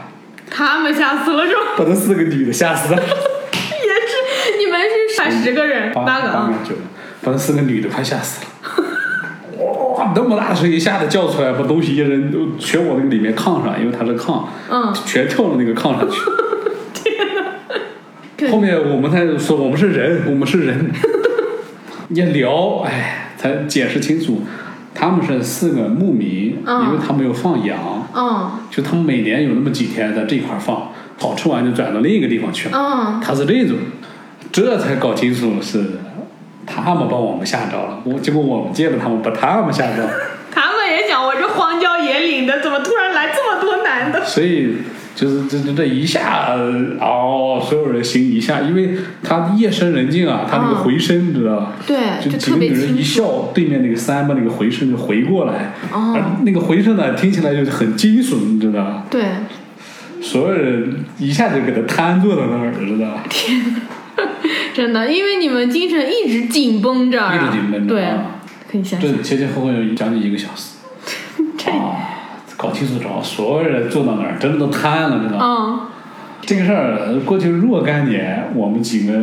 [SPEAKER 1] 他们吓死了是吧？
[SPEAKER 3] 把那四个女的吓死了，
[SPEAKER 1] 也是，你们是把十个人，
[SPEAKER 3] 八
[SPEAKER 1] 八个
[SPEAKER 3] 八
[SPEAKER 1] 啊，
[SPEAKER 3] 个九个，把那四个女的快吓死了。哇，那么大的声音，吓得叫出来，把东西一扔，都全往那个里面炕上，因为它是炕，
[SPEAKER 1] 嗯，
[SPEAKER 3] 全跳到那个炕上 去。
[SPEAKER 1] 对
[SPEAKER 3] 后面我们才说我们是人，我们是人。 一聊，哎，才解释清楚，他们是四个牧民，
[SPEAKER 1] 嗯
[SPEAKER 3] 因为他们有放羊，
[SPEAKER 1] 嗯
[SPEAKER 3] 就他们每年有那么几天在这块儿放，好吃完就转到另一个地方去了。
[SPEAKER 1] 嗯，
[SPEAKER 3] 他是这种，这才搞清楚是他们把我们吓着了，我结果我们借了他们把他们吓着 了，
[SPEAKER 1] 他们也想，我这荒郊野岭的，怎么突然来这么多男的？
[SPEAKER 3] 所以就是这这这一下哦，所有人心一下，因为他夜深人静啊，他那个
[SPEAKER 1] 嗯
[SPEAKER 3] 回声、知道吧？
[SPEAKER 1] 对，
[SPEAKER 3] 就
[SPEAKER 1] 就
[SPEAKER 3] 几
[SPEAKER 1] 特
[SPEAKER 3] 个
[SPEAKER 1] 别
[SPEAKER 3] 女人一
[SPEAKER 1] 清楚，
[SPEAKER 3] 笑，对面那个三把那个回声就回过来，
[SPEAKER 1] 哦
[SPEAKER 3] 而那个回声呢听起来就是很惊悚，你知道吧？
[SPEAKER 1] 对，
[SPEAKER 3] 所有人一下就给他瘫坐在那儿，知道吧？
[SPEAKER 1] 真的，因为你们精神一直紧绷着啊，
[SPEAKER 3] 一直紧绷着
[SPEAKER 1] 对
[SPEAKER 3] 啊，
[SPEAKER 1] 可以想想，
[SPEAKER 3] 这前前后后有将近一个小时，啊，搞清楚之后，所有人坐到那儿，真的都瘫了，知道吗？
[SPEAKER 1] 嗯
[SPEAKER 3] 这个事儿过去若干年，我们几个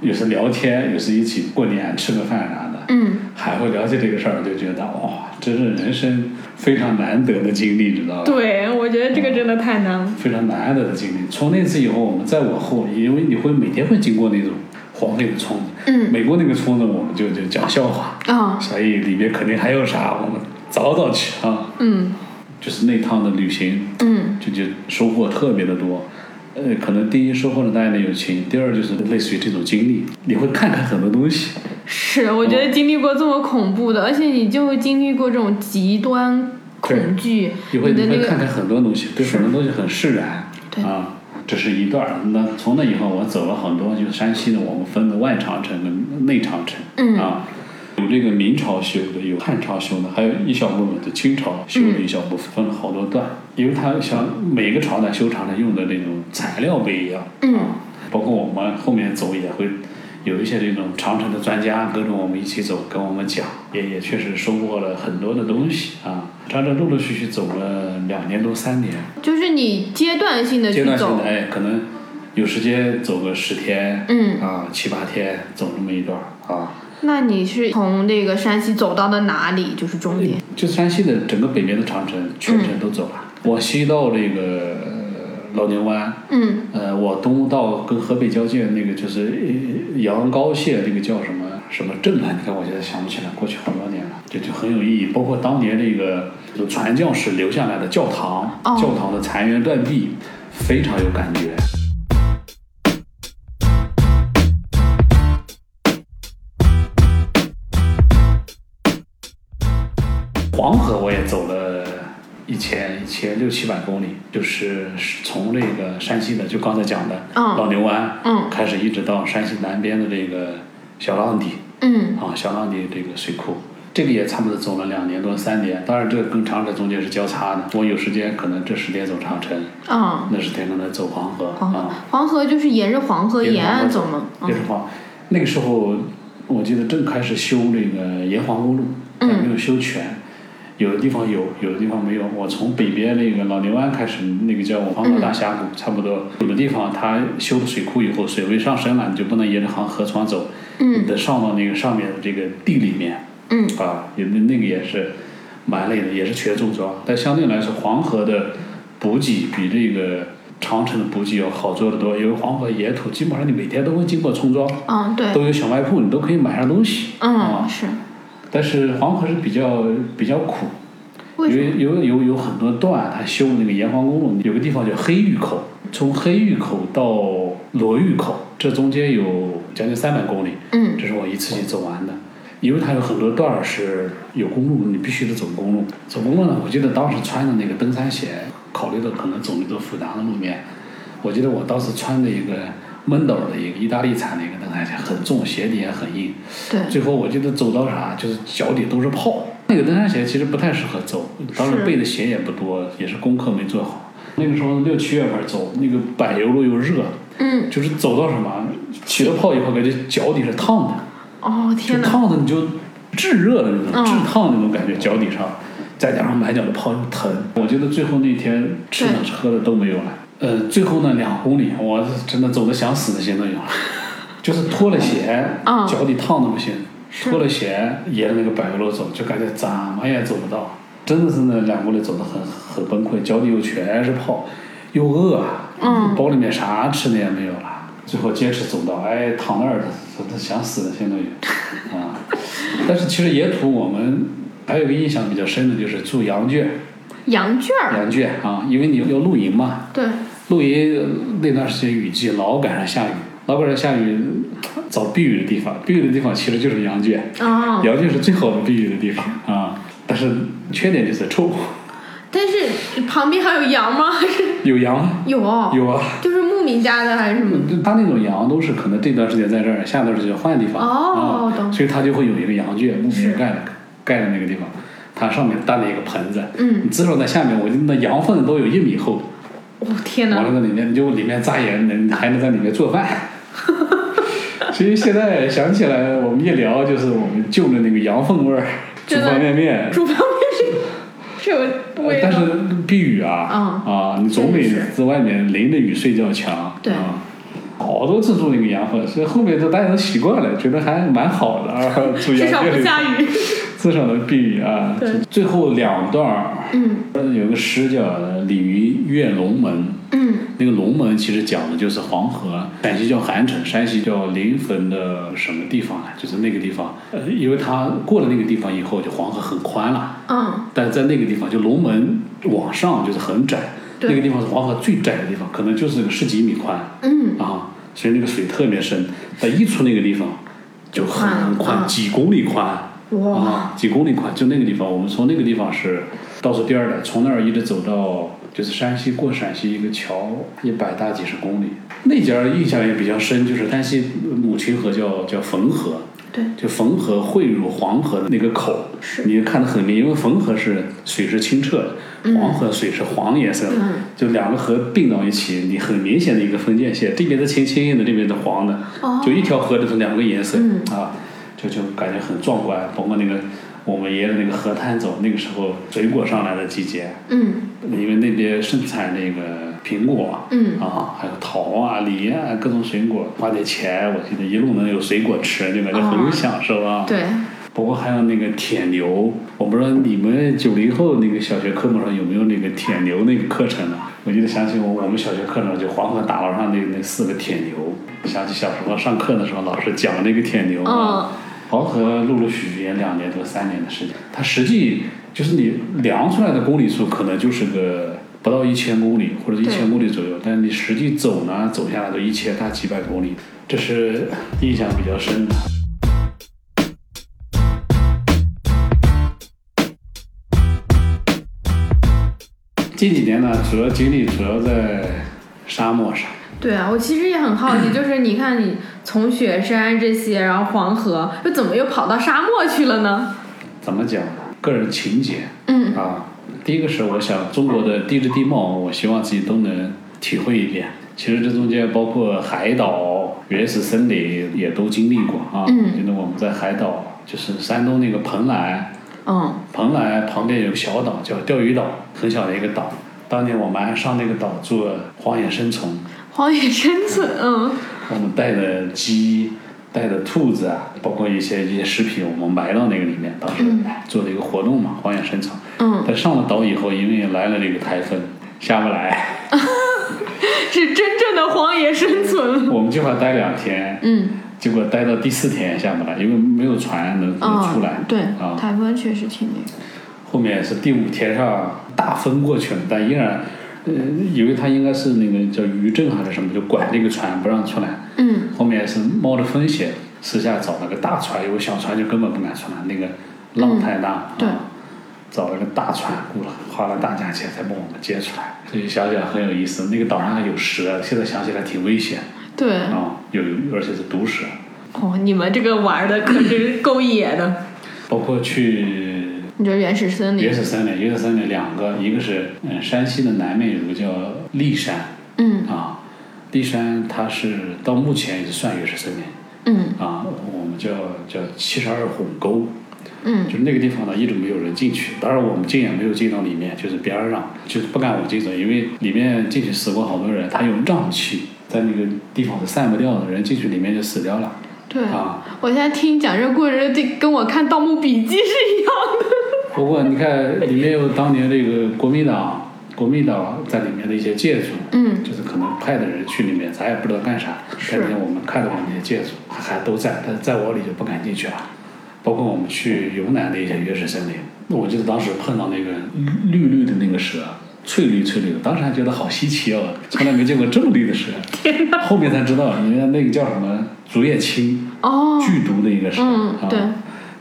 [SPEAKER 3] 有时聊天，有时一起过年吃个饭啥的，
[SPEAKER 1] 嗯，
[SPEAKER 3] 还会聊起这个事儿，就觉得哇、真是人生非常难得的经历，知道吧？
[SPEAKER 1] 对，我觉得这个真的太难了。
[SPEAKER 3] 非常难得的经历。从那次以后，我们再往后，因为你会每天会经过那种黄那个村子，
[SPEAKER 1] 嗯
[SPEAKER 3] 美国那个村子我们就就讲笑话，
[SPEAKER 1] 啊、
[SPEAKER 3] 所以里面肯定还有啥，我们早早去啊。
[SPEAKER 1] 嗯
[SPEAKER 3] 就是那趟的旅行，
[SPEAKER 1] 嗯
[SPEAKER 3] 就就收获特别的多。呃，可能第一收获了大家的友情，第二就是类似于这种经历，你会看看很多东西。
[SPEAKER 1] 是，我觉得经历过这么恐怖
[SPEAKER 3] 嗯
[SPEAKER 1] 的，而且你就会经历过这种极端恐惧，
[SPEAKER 3] 你
[SPEAKER 1] 你
[SPEAKER 3] 会
[SPEAKER 1] 的
[SPEAKER 3] 你
[SPEAKER 1] 那
[SPEAKER 3] 会看
[SPEAKER 1] 个
[SPEAKER 3] 看很多东西，对很多东西很释然。
[SPEAKER 1] 对
[SPEAKER 3] 啊，这是一段儿。那从那以后，我走了很多，就是山西的，我们分的外长城跟内长城。
[SPEAKER 1] 嗯
[SPEAKER 3] 啊，有这个明朝修的，有汉朝修的，还有一小部分就清朝修的一小部分，分了好多段。因为它像每个朝代修长城用的那种材料不一样。
[SPEAKER 1] 嗯
[SPEAKER 3] 啊，包括我们后面走也会。有一些这种长城的专家跟着我们一起走，跟我们讲，也也确实收获了很多的东西啊。长城陆陆续续走了两年多三年，
[SPEAKER 1] 就是你阶段性的
[SPEAKER 3] 阶
[SPEAKER 1] 去
[SPEAKER 3] 段性
[SPEAKER 1] 走
[SPEAKER 3] 的，哎，可能有时间走个十天，
[SPEAKER 1] 嗯
[SPEAKER 3] 啊，七八天走这么一段儿啊。
[SPEAKER 1] 那你是从这个山西走到的哪里？就是终点。
[SPEAKER 3] 就山西的整个北边的长城全程都走了，往西到这个呃老牛湾，
[SPEAKER 1] 嗯
[SPEAKER 3] 呃，往东到跟河北交界那个就是呃阳高县那个叫什么什么镇来，你看我现在想不起来，过去好多年了，就就很有意义。包括当年那个就传教士留下来的教堂，
[SPEAKER 1] 哦
[SPEAKER 3] 教堂的残垣断壁，非常有感觉。黄河我也走了一千一千六七百公里，就是从这个山西的，就刚才讲的
[SPEAKER 1] 嗯
[SPEAKER 3] 老牛湾，
[SPEAKER 1] 嗯
[SPEAKER 3] 开始一直到山西南边的这个小浪底
[SPEAKER 1] 嗯
[SPEAKER 3] 啊，小浪底这个水库，这个也差不多走了两年多三年。当然，这跟长城中间是交叉的，我有时间可能这十天走长城，
[SPEAKER 1] 啊，
[SPEAKER 3] 那十天可能走黄河
[SPEAKER 1] 黄
[SPEAKER 3] 啊
[SPEAKER 1] 河，，黄河就是沿着黄河
[SPEAKER 3] 沿着
[SPEAKER 1] 沿
[SPEAKER 3] 黄
[SPEAKER 1] 岸
[SPEAKER 3] 河
[SPEAKER 1] 走吗？
[SPEAKER 3] 也是黄。那个时候，我记得正开始修这个沿黄公路，还
[SPEAKER 1] 嗯
[SPEAKER 3] 没有修全，有的地方有，有的地方没有。我从北边那个老牛湾开始，那个叫黄河大峡
[SPEAKER 1] 嗯
[SPEAKER 3] 谷，差不多有的地方它修了水库以后，水位上升了，你就不能沿着航河床走，你
[SPEAKER 1] 嗯
[SPEAKER 3] 得上到那个上面的这个地里面。
[SPEAKER 1] 嗯
[SPEAKER 3] 啊，也那那个也是蛮累的，也是学重装，但相对来说，黄河的补给比这个长城的补给要好做得多，因为黄河沿途基本上你每天都会经过村庄，
[SPEAKER 1] 嗯啊，对，
[SPEAKER 3] 都有小卖铺，你都可以买上东西。
[SPEAKER 1] 嗯
[SPEAKER 3] 啊，
[SPEAKER 1] 是，
[SPEAKER 3] 但是黄河是比较比较苦，
[SPEAKER 1] 为
[SPEAKER 3] 因
[SPEAKER 1] 什么？
[SPEAKER 3] 为有有有很多段，它修那个沿黄公路，有个地方叫黑峪口，从黑峪口到罗峪口，这中间有将近三百公里。
[SPEAKER 1] 嗯
[SPEAKER 3] 这是我一次性走完的，因为它有很多段儿是有公路，你必须得走公路。走公路呢，我记得当时穿的那个登山鞋，考虑到可能走那种复杂的路面，我记得我当时穿的一个闷斗的一个意大利产的一个登山鞋，很重，鞋底也很硬。
[SPEAKER 1] 对，
[SPEAKER 3] 最后我记得走到啥，就是脚底都是泡。那个登山鞋其实不太适合走，当时
[SPEAKER 1] 是
[SPEAKER 3] 备的鞋也不多，也是功课没做好。那个时候六七月份走，那个柏油路又热，
[SPEAKER 1] 嗯
[SPEAKER 3] 就是走到什么起了泡以后，感觉脚底是烫的。
[SPEAKER 1] 哦
[SPEAKER 3] 就
[SPEAKER 1] 天哪，
[SPEAKER 3] 烫的你就炙热的那种、
[SPEAKER 1] 嗯
[SPEAKER 3] 炙烫的那种感觉，脚底上，再加上满脚的泡又疼。我觉得最后那天吃的
[SPEAKER 1] 对
[SPEAKER 3] 喝的都没有了，呃，最后那两公里我真的走的想死的心都有了，就是脱了鞋，
[SPEAKER 1] 嗯
[SPEAKER 3] 脚底烫的不行，
[SPEAKER 1] 是
[SPEAKER 3] 脱了鞋沿着那个柏油路走，就感觉怎么也走不到，真的是那两公里走的很很崩溃，脚底又全是泡，又饿，
[SPEAKER 1] 嗯
[SPEAKER 3] 包里面啥吃的也没有了。最后坚持走到，哎，躺那儿的，想死的心都有，啊！但是其实沿途我们还有一个印象比较深的就是住羊圈，
[SPEAKER 1] 羊圈儿，
[SPEAKER 3] 羊圈啊，因为你要露营嘛，
[SPEAKER 1] 对，
[SPEAKER 3] 露营呃那段时间雨季老赶上下雨，老赶上下雨，找避雨的地方，避雨的地方其实就是羊圈，
[SPEAKER 1] 啊，
[SPEAKER 3] 羊圈是最好的避雨的地方啊，但是缺点就是臭，
[SPEAKER 1] 但是旁边还有羊吗？还是
[SPEAKER 3] 有羊，
[SPEAKER 1] 有
[SPEAKER 3] 有啊。
[SPEAKER 1] 就是牧民家的还是什么？
[SPEAKER 3] 就他那种羊都是可能这段时间在这儿，下段时间换地方，
[SPEAKER 1] 哦懂
[SPEAKER 3] 啊，所以他就会有一个羊圈，牧
[SPEAKER 1] 是
[SPEAKER 3] 民盖的盖的那个地方，它上面搭了一个盆子，
[SPEAKER 1] 嗯
[SPEAKER 3] 你至少在下面，我觉得那羊粪都有一米厚，
[SPEAKER 1] 我、哦天
[SPEAKER 3] 完
[SPEAKER 1] 哪，
[SPEAKER 3] 了在里面你就里面扎营，能还能在里面做 饭。其实现在想起来，我们一聊就是我们就着那个羊粪味儿煮
[SPEAKER 1] 真的
[SPEAKER 3] 方便面，
[SPEAKER 1] 煮方便面是是有味道
[SPEAKER 3] 但。是避雨啊，啊，你总比
[SPEAKER 1] 真的
[SPEAKER 3] 在外面淋着雨睡觉强。
[SPEAKER 1] 对
[SPEAKER 3] 啊好多次住那个洋房，所以后面就大家都习惯了，觉得还蛮好的。 啊住
[SPEAKER 1] 至
[SPEAKER 3] 洋
[SPEAKER 1] 少
[SPEAKER 3] 房
[SPEAKER 1] 不下 雨。
[SPEAKER 3] 至少能避雨啊。
[SPEAKER 1] 对
[SPEAKER 3] 最后两段儿
[SPEAKER 1] 嗯
[SPEAKER 3] 有个诗叫“鲤鱼跃龙门”，
[SPEAKER 1] 嗯
[SPEAKER 3] 那个龙门其实讲的就是黄河，陕西叫韩城，山西叫临汾的什么地方呢？啊就是那个地方，呃，因为它过了那个地方以后，就黄河很宽了，
[SPEAKER 1] 嗯，
[SPEAKER 3] 但是在那个地方，就龙门往上就是很窄，
[SPEAKER 1] 对
[SPEAKER 3] 那个地方是黄河最窄的地方，可能就是个十几米宽
[SPEAKER 1] 嗯，
[SPEAKER 3] 啊，所以那个水特别深，但一出那个地方就很
[SPEAKER 1] 就宽了
[SPEAKER 3] 宽，
[SPEAKER 1] 嗯
[SPEAKER 3] 几公里宽。
[SPEAKER 1] 哇，
[SPEAKER 3] 啊，几公里宽，就那个地方，我们从那个地方是倒数第二的，从那儿一直走到就是山西过陕西一个桥，一百大几十公里。那家印象也比较深，就是山西母亲河叫叫汾河，
[SPEAKER 1] 对，
[SPEAKER 3] 就汾河汇入黄河的那个口，
[SPEAKER 1] 是
[SPEAKER 3] 你就看得很明，因为汾河是水是清澈的，黄河水是黄颜色的，
[SPEAKER 1] 嗯
[SPEAKER 3] 就两个河并到一起，你很明显的一个分界线，这边的青青的，这边的黄的，
[SPEAKER 1] 哦
[SPEAKER 3] 就一条河的是两个颜色、
[SPEAKER 1] 嗯
[SPEAKER 3] 啊，就就感觉很壮观。包括那个我们爷爷的那个河滩走，那个时候水果上来的季节，
[SPEAKER 1] 嗯
[SPEAKER 3] 因为那边盛产那个苹果。
[SPEAKER 1] 嗯，
[SPEAKER 3] 啊，还有桃啊、梨啊，各种水果，花点钱，我记得一路能有水果吃，就感觉
[SPEAKER 1] 哦
[SPEAKER 3] 很享受啊。
[SPEAKER 1] 对，
[SPEAKER 3] 包括还有那个铁牛，我不知道你们九零后那个小学科目上有没有那个铁牛那个课程呢？啊我记得想起我我们小学课上就黄河大道上那那四个铁牛，想起小时候上课的时候老师讲那个铁牛
[SPEAKER 1] 哦
[SPEAKER 3] 啊，黄河陆陆续续也两年多三年的时间，它实际就是你量出来的公里数可能就是个。不到一千公里或者一
[SPEAKER 1] 对
[SPEAKER 3] 千公里左右，但你实际走呢，走下来都一千大几百公里，这是印象比较深的。近几年呢，主要精力主要在沙漠上。
[SPEAKER 1] 对啊，我其实也很好奇，就是你看你从雪山这些，然后黄河，又怎么又跑到沙漠去了呢？
[SPEAKER 3] 怎么讲呢？个人情节
[SPEAKER 1] 嗯
[SPEAKER 3] 啊，第一个是我想中国的地质地貌，我希望自己都能体会一遍。其实这中间包括海岛、原始森林也都经历过啊。
[SPEAKER 1] 嗯
[SPEAKER 3] 觉得我们在海岛，就是山东那个蓬莱，
[SPEAKER 1] 嗯
[SPEAKER 3] 蓬莱旁边有个小岛叫钓鱼岛，很小的一个岛。当年我们还上那个岛做荒野生存，
[SPEAKER 1] 荒野生存，嗯
[SPEAKER 3] 我们带的鸡、带的兔子啊，包括一些一些食品，我们埋到那个里面。当时
[SPEAKER 1] 嗯
[SPEAKER 3] 做了一个活动嘛，荒野生存。
[SPEAKER 1] 嗯，
[SPEAKER 3] 但上了岛以后，因为来了这个台风，下不来，
[SPEAKER 1] 是真正的荒野生存。
[SPEAKER 3] 我们计划待两天，
[SPEAKER 1] 嗯，
[SPEAKER 3] 结果待到第四天也下不来，因为没有船能能
[SPEAKER 1] 嗯，
[SPEAKER 3] 出来。
[SPEAKER 1] 对，
[SPEAKER 3] 啊，
[SPEAKER 1] 台风确实挺那个。
[SPEAKER 3] 后面是第五天上大风过去了，但依然，呃，以为他应该是那个叫余震还是什么，就管这个船不让出来。
[SPEAKER 1] 嗯
[SPEAKER 3] 后面是冒着风险，私下找了个大船，有个小船就根本不敢出来，那个浪太大。
[SPEAKER 1] 嗯对
[SPEAKER 3] 啊找了个大船，雇了花了大价钱才把我们接出来，所以想想很有意思。那个岛上还有蛇，现在想起来挺危险
[SPEAKER 1] 对，
[SPEAKER 3] 啊、有有而且是毒蛇。
[SPEAKER 1] 哦，你们这个玩的可是够野的。
[SPEAKER 3] 包括去
[SPEAKER 1] 你这原始森
[SPEAKER 3] 原
[SPEAKER 1] 林，
[SPEAKER 3] 始森林，原始森林两个，一个是嗯山西的南面有个叫历山
[SPEAKER 1] 嗯
[SPEAKER 3] 啊，历山它是到目前也是算原始森林
[SPEAKER 1] 嗯
[SPEAKER 3] 啊，我们叫叫七十二汞沟，
[SPEAKER 1] 嗯
[SPEAKER 3] 就是那个地方呢，一直没有人进去。当然，我们进也没有进到里面，就是边儿上，就是不敢往进走，因为里面进去死过好多人，他有瘴气，在那个地方是散不掉的，人进去里面就死掉了。
[SPEAKER 1] 对。
[SPEAKER 3] 啊，
[SPEAKER 1] 我现在听你讲这个故事，这跟我看《盗墓笔记》是一样的。
[SPEAKER 3] 不过你看，里面有当年这个国民党，国民党在里面的一些建筑，
[SPEAKER 1] 嗯
[SPEAKER 3] 就是可能派的人去里面，咱也不知道干啥。
[SPEAKER 1] 是
[SPEAKER 3] 但我们看到的那些建筑还都在，但在我里就不敢进去了。包括我们去云南的一些原始森林，那我记得当时碰到那个绿绿的那个蛇，翠绿翠绿的，当时还觉得好稀奇哦，从来没见过这么绿 的蛇。后面才知道，人家那个叫什么竹叶青，
[SPEAKER 1] 哦，
[SPEAKER 3] 剧毒的一个事。
[SPEAKER 1] 嗯
[SPEAKER 3] 啊、
[SPEAKER 1] 对。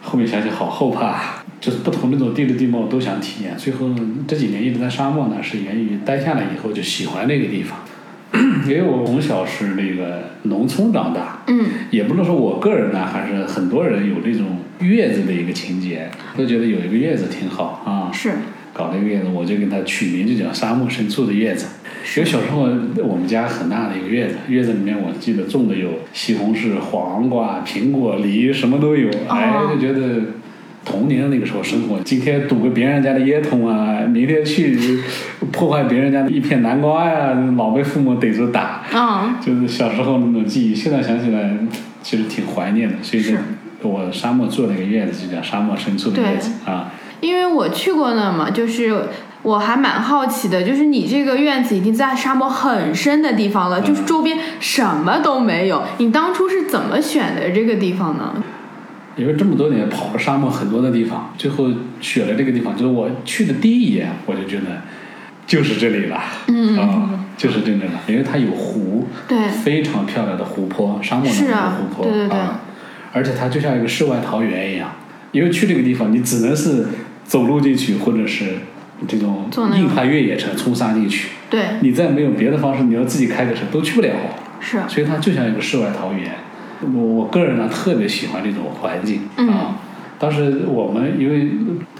[SPEAKER 3] 后面想想好后怕，就是不同那种地质地貌都想体验。最后这几年一直在沙漠呢，是源于待下来以后就喜欢那个地方。 因为我从小是那个农村长大，
[SPEAKER 1] 嗯
[SPEAKER 3] 也不能说我个人呢，啊还是很多人有这种月子的一个情节，都觉得有一个月子挺好啊。
[SPEAKER 1] 是，
[SPEAKER 3] 搞了一个月子，我就给它取名就叫沙漠深处的月子。因为小时候我们家很大的一个月子，月子里面我记得种
[SPEAKER 1] 哦
[SPEAKER 3] 的有西红柿、黄瓜、苹果、梨，什么都有。哎，就觉得童年那个时候生活，今天堵个别人家的烟囱啊，明天去破坏别人家的一片南瓜呀、老被父母逮住打，
[SPEAKER 1] 啊、
[SPEAKER 3] 就是小时候那种记忆，现在想起来其实挺怀念的。所以
[SPEAKER 1] 是
[SPEAKER 3] 我沙漠住了个院子，就叫沙漠深处的
[SPEAKER 1] 对
[SPEAKER 3] 院子啊。
[SPEAKER 1] 因为我去过那嘛，就是我还蛮好奇的，就是你这个院子已经在沙漠很深的地方了，就是周边什么都没有，你当初是怎么选的这个地方呢？
[SPEAKER 3] 因为这么多年跑了沙漠很多的地方，最后选了这个地方，就是我去的第一眼我就觉得就是这里了，嗯啊，就是这里了，因为它有湖，
[SPEAKER 1] 对
[SPEAKER 3] 非常漂亮的湖泊，沙漠里
[SPEAKER 1] 是
[SPEAKER 3] 面的
[SPEAKER 1] 啊
[SPEAKER 3] 湖泊，
[SPEAKER 1] 对对对
[SPEAKER 3] 啊而且它就像一个世外桃源一样，因为去这个地方你只能是走路进去，或者是这种
[SPEAKER 1] 坐那种
[SPEAKER 3] 硬派越野车冲杀进去，
[SPEAKER 1] 对，
[SPEAKER 3] 你再没有别的方式，你要自己开个车都去不了。
[SPEAKER 1] 是
[SPEAKER 3] 所以它就像一个世外桃源。我我个人呢特别喜欢这种环境啊。
[SPEAKER 1] 嗯
[SPEAKER 3] 当时我们因为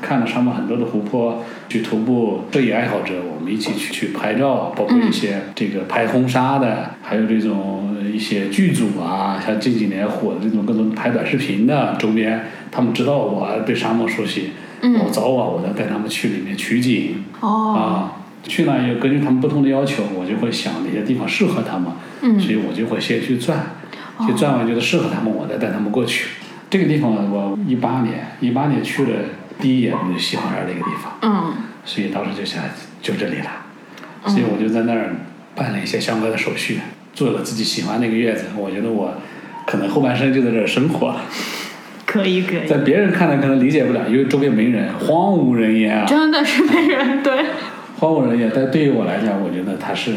[SPEAKER 3] 看了上面很多的湖泊，去徒步摄影爱好者，我们一起去去拍照，包括一些这个拍婚纱的，还有这种一些剧组啊，像近几年火的这种各种拍短视频的周边，他们知道我对沙漠熟悉，
[SPEAKER 1] 嗯
[SPEAKER 3] 我早晚我要带他们去里面取景，
[SPEAKER 1] 哦，
[SPEAKER 3] 啊，去那也根据他们不同的要求，我就会想哪些地方适合他们，
[SPEAKER 1] 嗯哦
[SPEAKER 3] 所以我就会先去转，去转完觉得适合他们，我再带他们过去。这个地方我一八年，一八年去了，第一眼我就喜欢上这个地方，
[SPEAKER 1] 嗯，
[SPEAKER 3] 所以当时就想就这里了，所以我就在那儿办了一些相关的手续，做了自己喜欢那个院子，我觉得我可能后半生就在这儿生活了，
[SPEAKER 1] 可以可以，
[SPEAKER 3] 在别人看来可能理解不了，因为周边没人，荒无人烟啊。
[SPEAKER 1] 真的是没人对，
[SPEAKER 3] 荒无人烟，但对于我来讲，我觉得它是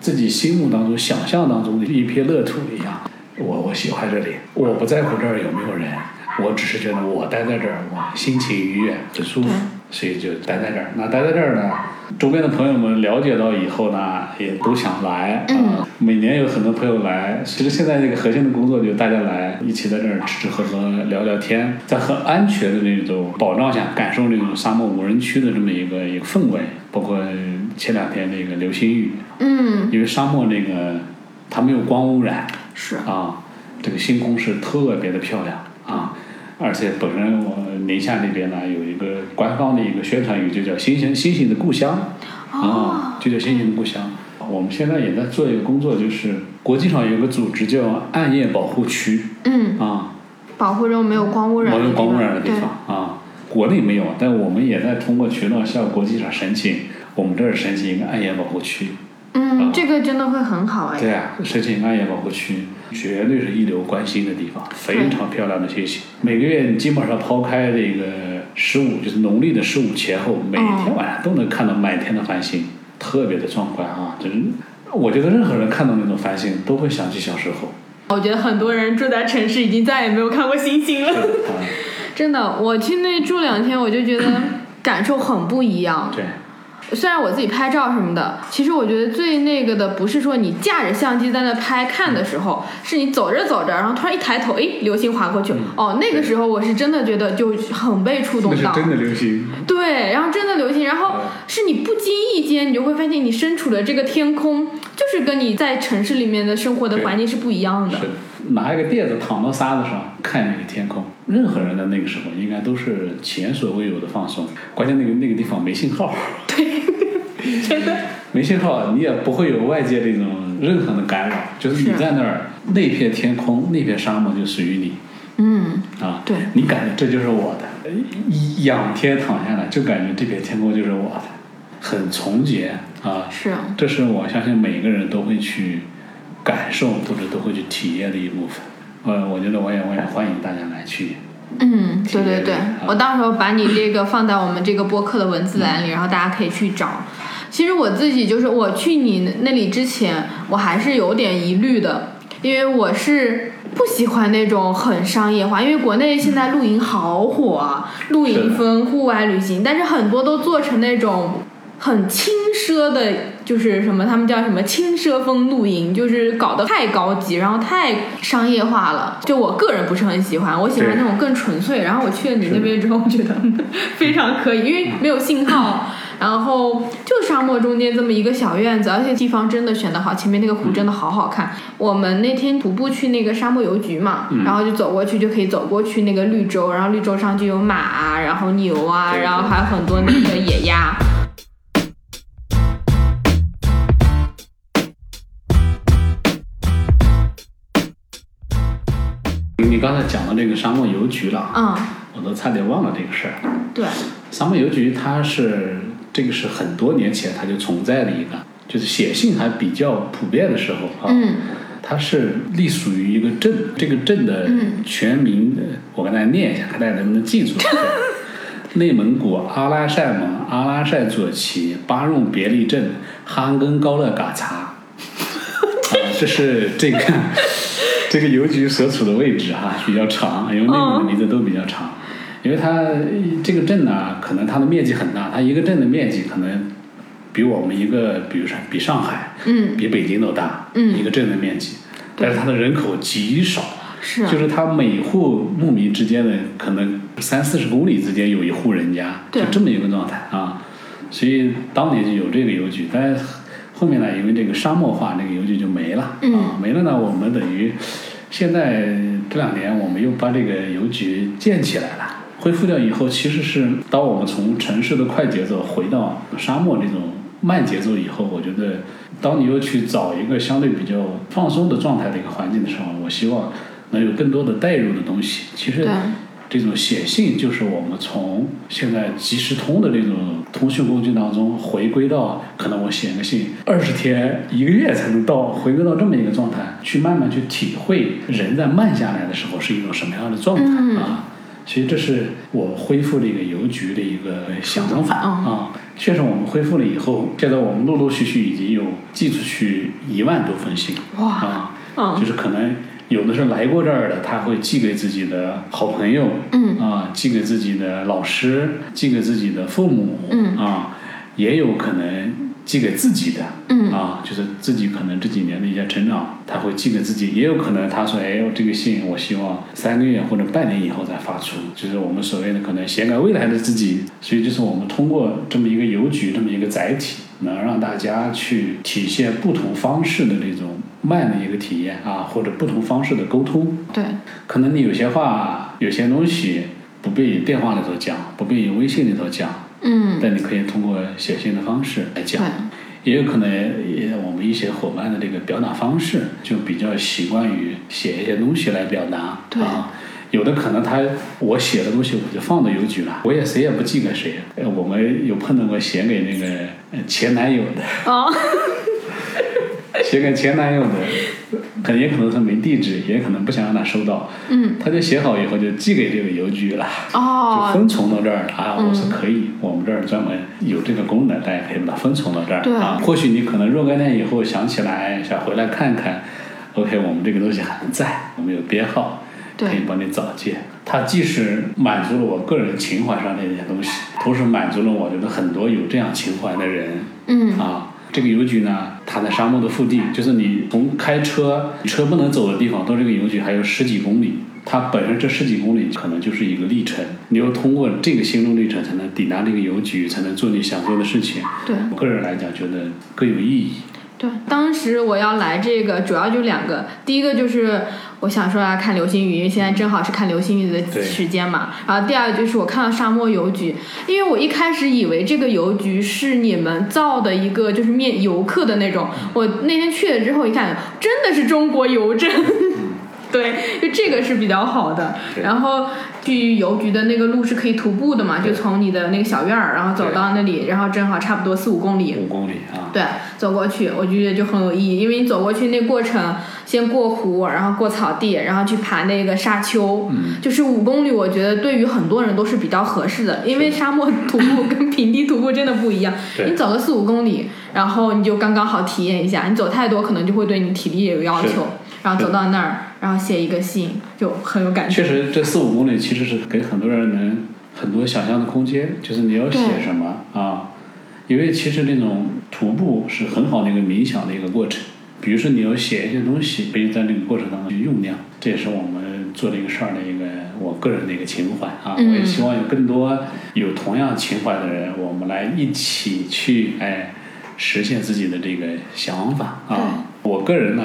[SPEAKER 3] 自己心目当中、想象当中的一片乐土一样。我我喜欢这里，我不在乎这儿有没有人，我只是觉得我待在这儿，我心情愉悦，很舒服
[SPEAKER 1] 对，
[SPEAKER 3] 所以就待在这儿。那待在这儿呢，周边的朋友们了解到以后呢，也都想来。
[SPEAKER 1] 嗯
[SPEAKER 3] 啊每年有很多朋友来。其实现在这个核心的工作就是大家来一起在这儿吃吃喝喝、聊聊天，在很安全的那种保障下，感受那种沙漠无人区的这么一个一个氛围。包括前两天那个流星雨，
[SPEAKER 1] 嗯，
[SPEAKER 3] 因为沙漠那个它没有光污染，
[SPEAKER 1] 是
[SPEAKER 3] 啊，这个星空是特别的漂亮啊，而且本身我宁夏那边呢有一个官方的一个宣传语，就叫“星星星星的故乡”，
[SPEAKER 1] 哦
[SPEAKER 3] 啊，就叫“星星的故乡”。我们现在也在做一个工作，就是国际上有个组织叫暗夜保护区
[SPEAKER 1] 嗯，
[SPEAKER 3] 啊，
[SPEAKER 1] 保护这种没有光污染
[SPEAKER 3] 没有
[SPEAKER 1] 的地
[SPEAKER 3] 光
[SPEAKER 1] 方，
[SPEAKER 3] 污染的地
[SPEAKER 1] 对，
[SPEAKER 3] 方啊。国内没有，但我们也在通过渠道向国际上申请，我们这儿申请一个暗夜保护区。
[SPEAKER 1] 嗯，
[SPEAKER 3] 啊
[SPEAKER 1] 这个真的会很好哎，
[SPEAKER 3] 对啊，申请暗夜保护区绝对是一流观星的地方，非
[SPEAKER 1] 嗯
[SPEAKER 3] 常漂亮的星星。每个月你基本上抛开这个十五，就是农历的十五前后，每
[SPEAKER 1] 嗯
[SPEAKER 3] 天晚上都能看到满天的繁星，特别的壮观啊！就是我觉得任何人看到那种繁星都会想起小时候。
[SPEAKER 1] 我觉得很多人住在城市已经再也没有看过星星
[SPEAKER 3] 对
[SPEAKER 1] 了。
[SPEAKER 3] 啊，
[SPEAKER 1] 真的，我去那住两天，我 就觉得感受很不一样。
[SPEAKER 3] 对，
[SPEAKER 1] 虽然我自己拍照什么的，其实我觉得最那个的不是说你架着相机在那拍看的时
[SPEAKER 3] 嗯
[SPEAKER 1] 候，是你走着走着，然后突然一抬头，诶，流星划过去，哦，那个时候我是真的觉得就很被触
[SPEAKER 3] 那
[SPEAKER 1] 动
[SPEAKER 3] 是
[SPEAKER 1] 到。
[SPEAKER 3] 真的流星。
[SPEAKER 1] 对，然后真的流星，然后是你不经意间，你就会发现你身处的这个天空，就是跟你在城市里面的生活的
[SPEAKER 3] 对
[SPEAKER 1] 环境是不一样的
[SPEAKER 3] 是。的，拿一个垫子躺到沙子上看那个天空，任何人的那个时候应该都是前所未有的放松。关键那个那个地方没信号。
[SPEAKER 1] 真的，
[SPEAKER 3] 没信号，你也不会有外界这种任何的干扰，就是你
[SPEAKER 1] 是
[SPEAKER 3] 在那儿那片天空、那片沙漠就属于你
[SPEAKER 1] 嗯，
[SPEAKER 3] 啊。
[SPEAKER 1] 对
[SPEAKER 3] 你感觉这就是我的，一仰天躺下来就感觉这片天空就是我的，很纯洁啊。
[SPEAKER 1] 是啊。
[SPEAKER 3] 这是我相信每个人都会去感受或者都会去体验的一部分。呃，我觉得我也我也欢迎大家来去。
[SPEAKER 1] 嗯，对对对
[SPEAKER 3] 体验，啊
[SPEAKER 1] 我到时候把你这个放在我们这个播客的文字栏
[SPEAKER 3] 嗯
[SPEAKER 1] 里，然后大家可以去找。其实我自己就是我去你那里之前，我还是有点疑虑的，因为我是不喜欢那种很商业化，因为国内现在露营好火啊，露
[SPEAKER 3] 是
[SPEAKER 1] 营
[SPEAKER 3] 的
[SPEAKER 1] 分户外旅行，但是很多都做成那种很轻奢的就是什么他们叫什么轻奢风露营，就是搞得太高级，然后太商业化了。就我个人不是很喜欢，我喜欢
[SPEAKER 3] 对
[SPEAKER 1] 那种更纯粹。然后我去了你那边之后，我觉得非常可以，因为没有信号。然后就沙漠中间这么一个小院子，而且地方真的选得好，前面那个湖真的好好看。我们那天徒步去那个沙漠邮局嘛，
[SPEAKER 3] 嗯
[SPEAKER 1] 然后就走过去就可以走过去那个绿洲，然后绿洲上就有马啊，然后牛啊，
[SPEAKER 3] 对
[SPEAKER 1] 然后还有很多那个野鸭。
[SPEAKER 3] 你刚才讲到这个沙漠邮局了，啊
[SPEAKER 1] 嗯，
[SPEAKER 3] 我都差点忘了这个事儿。
[SPEAKER 1] 对，
[SPEAKER 3] 沙漠邮局它是这个是很多年前它就存在的一个，就是写信还比较普遍的时候啊，
[SPEAKER 1] 嗯
[SPEAKER 3] 它是隶属于一个镇，这个镇的
[SPEAKER 1] 嗯
[SPEAKER 3] 全名，呃我给大家念一下，看大家能不能记住。内蒙古阿拉善盟、阿拉善左旗、巴戎别利镇、哈根高勒嘎 察，啊，这是这个 这个邮局所处的位置哈、比较长，因为内
[SPEAKER 1] 哦
[SPEAKER 3] 蒙的名字都比较长，因为它这个镇呢、可能它的面积很大，它一个镇的面积可能比我们一个，比如说比上海，
[SPEAKER 1] 嗯，
[SPEAKER 3] 比北京都大，
[SPEAKER 1] 嗯
[SPEAKER 3] 一个镇的面积，但是它的人口极少，
[SPEAKER 1] 是啊，
[SPEAKER 3] 就是它每户牧民之间的可能三四十公里之间有一户人家，
[SPEAKER 1] 对
[SPEAKER 3] 就这么一个状态啊。所以当年就有这个邮局，但是后面呢，因为这个沙漠化，那个邮局就没了、
[SPEAKER 1] 嗯
[SPEAKER 3] 啊，没了呢，我们等于现在这两年我们又把这个邮局建起来了。恢复掉以后，其实是当我们从城市的快节奏回到沙漠这种慢节奏以后，我觉得，当你又去找一个相对比较放松的状态的一个环境的时候，我希望能有更多的代入的东西。其实
[SPEAKER 1] 对，
[SPEAKER 3] 这种写信就是我们从现在即时通的这种通讯工具当中回归到，可能我写个信二十天、一个月才能到，回归到这么一个状态，去慢慢去体会人在慢下来的时候是一种什么样的状态、
[SPEAKER 1] 嗯
[SPEAKER 3] 啊。其实这是我恢复这个邮局的一个想法
[SPEAKER 1] 嗯
[SPEAKER 3] 啊。确实，我们恢复了以后，现在我们陆陆续续已经有寄出去一万多封信
[SPEAKER 1] 哇
[SPEAKER 3] 啊，
[SPEAKER 1] 嗯
[SPEAKER 3] 就是可能有的是来过这儿的，他会寄给自己的好朋友，
[SPEAKER 1] 嗯
[SPEAKER 3] 啊，寄给自己的老师，寄给自己的父母，
[SPEAKER 1] 嗯
[SPEAKER 3] 啊，也有可能寄给自己的，
[SPEAKER 1] 嗯
[SPEAKER 3] 啊，就是自己可能这几年的一些成长，他会寄给自己，也有可能他说，哎，我这个信我希望三个月或者半年以后再发出，就是我们所谓的可能写给未来的自己，所以就是我们通过这么一个邮局这么一个载体，能让大家去体现不同方式的这种慢的一个体验啊，或者不同方式的沟通，
[SPEAKER 1] 嗯对，
[SPEAKER 3] 可能你有些话、有些东西不便于电话里头讲，不便于微信里头讲，
[SPEAKER 1] 嗯
[SPEAKER 3] 但你可以通过写信的方式来
[SPEAKER 1] 对
[SPEAKER 3] 讲。，也有可能，也我们一些伙伴的这个表达方式就比较习惯于写一些东西来表达。
[SPEAKER 1] 对
[SPEAKER 3] 啊，有的可能他我写的东西我就放到邮局了，我也谁也不寄给谁。呃，我们有碰到过写给那个呃前男友的，
[SPEAKER 1] 哦，
[SPEAKER 3] 写给前男友的，可能也可能他没地址，也可能不想让他收到，
[SPEAKER 1] 嗯，
[SPEAKER 3] 他就写好以后就寄给这个邮局了，就
[SPEAKER 1] 哦，嗯
[SPEAKER 3] 分存到这儿了啊。我说可以，我们这儿专门有这个功能，大家可以把它分存到这儿
[SPEAKER 1] 对
[SPEAKER 3] 啊。或许你可能若干年以后想起来，想回来看看，OK，我们这个东西还在，我们有编号，可
[SPEAKER 1] 对
[SPEAKER 3] 以帮你找见。它既是满足了我个人情怀上的一些东西，同时满足了我觉得很多有这样情怀的人，
[SPEAKER 1] 嗯
[SPEAKER 3] 啊，这个邮局呢，它在沙漠的腹地，就是你从开车车不能走的地方到这个邮局还有十几公里，它本身这十几公里可能就是一个历程，你要通过这个心路历程才能抵达这个邮局，才能做你想做的事情。
[SPEAKER 1] 对。
[SPEAKER 3] 我个人来讲，觉得更有意义。
[SPEAKER 1] 对，当时我要来这个，主要就两个，第一个就是我想说要啊看流星雨，因为现在正好是看流星雨的
[SPEAKER 3] 对
[SPEAKER 1] 时间嘛。然后第二个就是我看到沙漠邮局，因为我一开始以为这个邮局是你们造的一个就是面游客的那种，我那天去了之后一看，真的是中国邮政。 对，就这个是比较好的。
[SPEAKER 3] 对
[SPEAKER 1] 然后去邮局的那个路是可以徒步的嘛，就
[SPEAKER 3] 对
[SPEAKER 1] 从你的那个小院儿，然后走
[SPEAKER 3] 对
[SPEAKER 1] 到那里，然后正好差不多四五公里。
[SPEAKER 3] 五公里啊，
[SPEAKER 1] 对，走过去，我就觉得就很有意义，因为你走过去那过程，先过湖，然后过草地，然后去爬那个沙丘，
[SPEAKER 3] 嗯，
[SPEAKER 1] 就是五公里，我觉得对于很多人都是比较合适的，因为沙漠徒 步跟平地徒步真的不一样，
[SPEAKER 3] 对
[SPEAKER 1] 你走个四五公里，然后你就刚刚好体验一下，你走太多可能就会对你体力也有要
[SPEAKER 3] 是
[SPEAKER 1] 求，然后
[SPEAKER 3] 是
[SPEAKER 1] 走到那儿，然后写一个信，就很有感觉。
[SPEAKER 3] 确实这四五公里其实是给很多人能很多想象的空间，就是你要写
[SPEAKER 1] 对
[SPEAKER 3] 什么啊。因为其实那种徒步是很好的一个冥想的一个过程。比如说你要写一些东西，可以在这个过程当中去酝酿，这也是我们做这个事儿的一个我个人的一个情怀啊。
[SPEAKER 1] 嗯
[SPEAKER 3] 我也希望有更多有同样情怀的人，我们来一起去哎实现自己的这个想法啊。我个人呢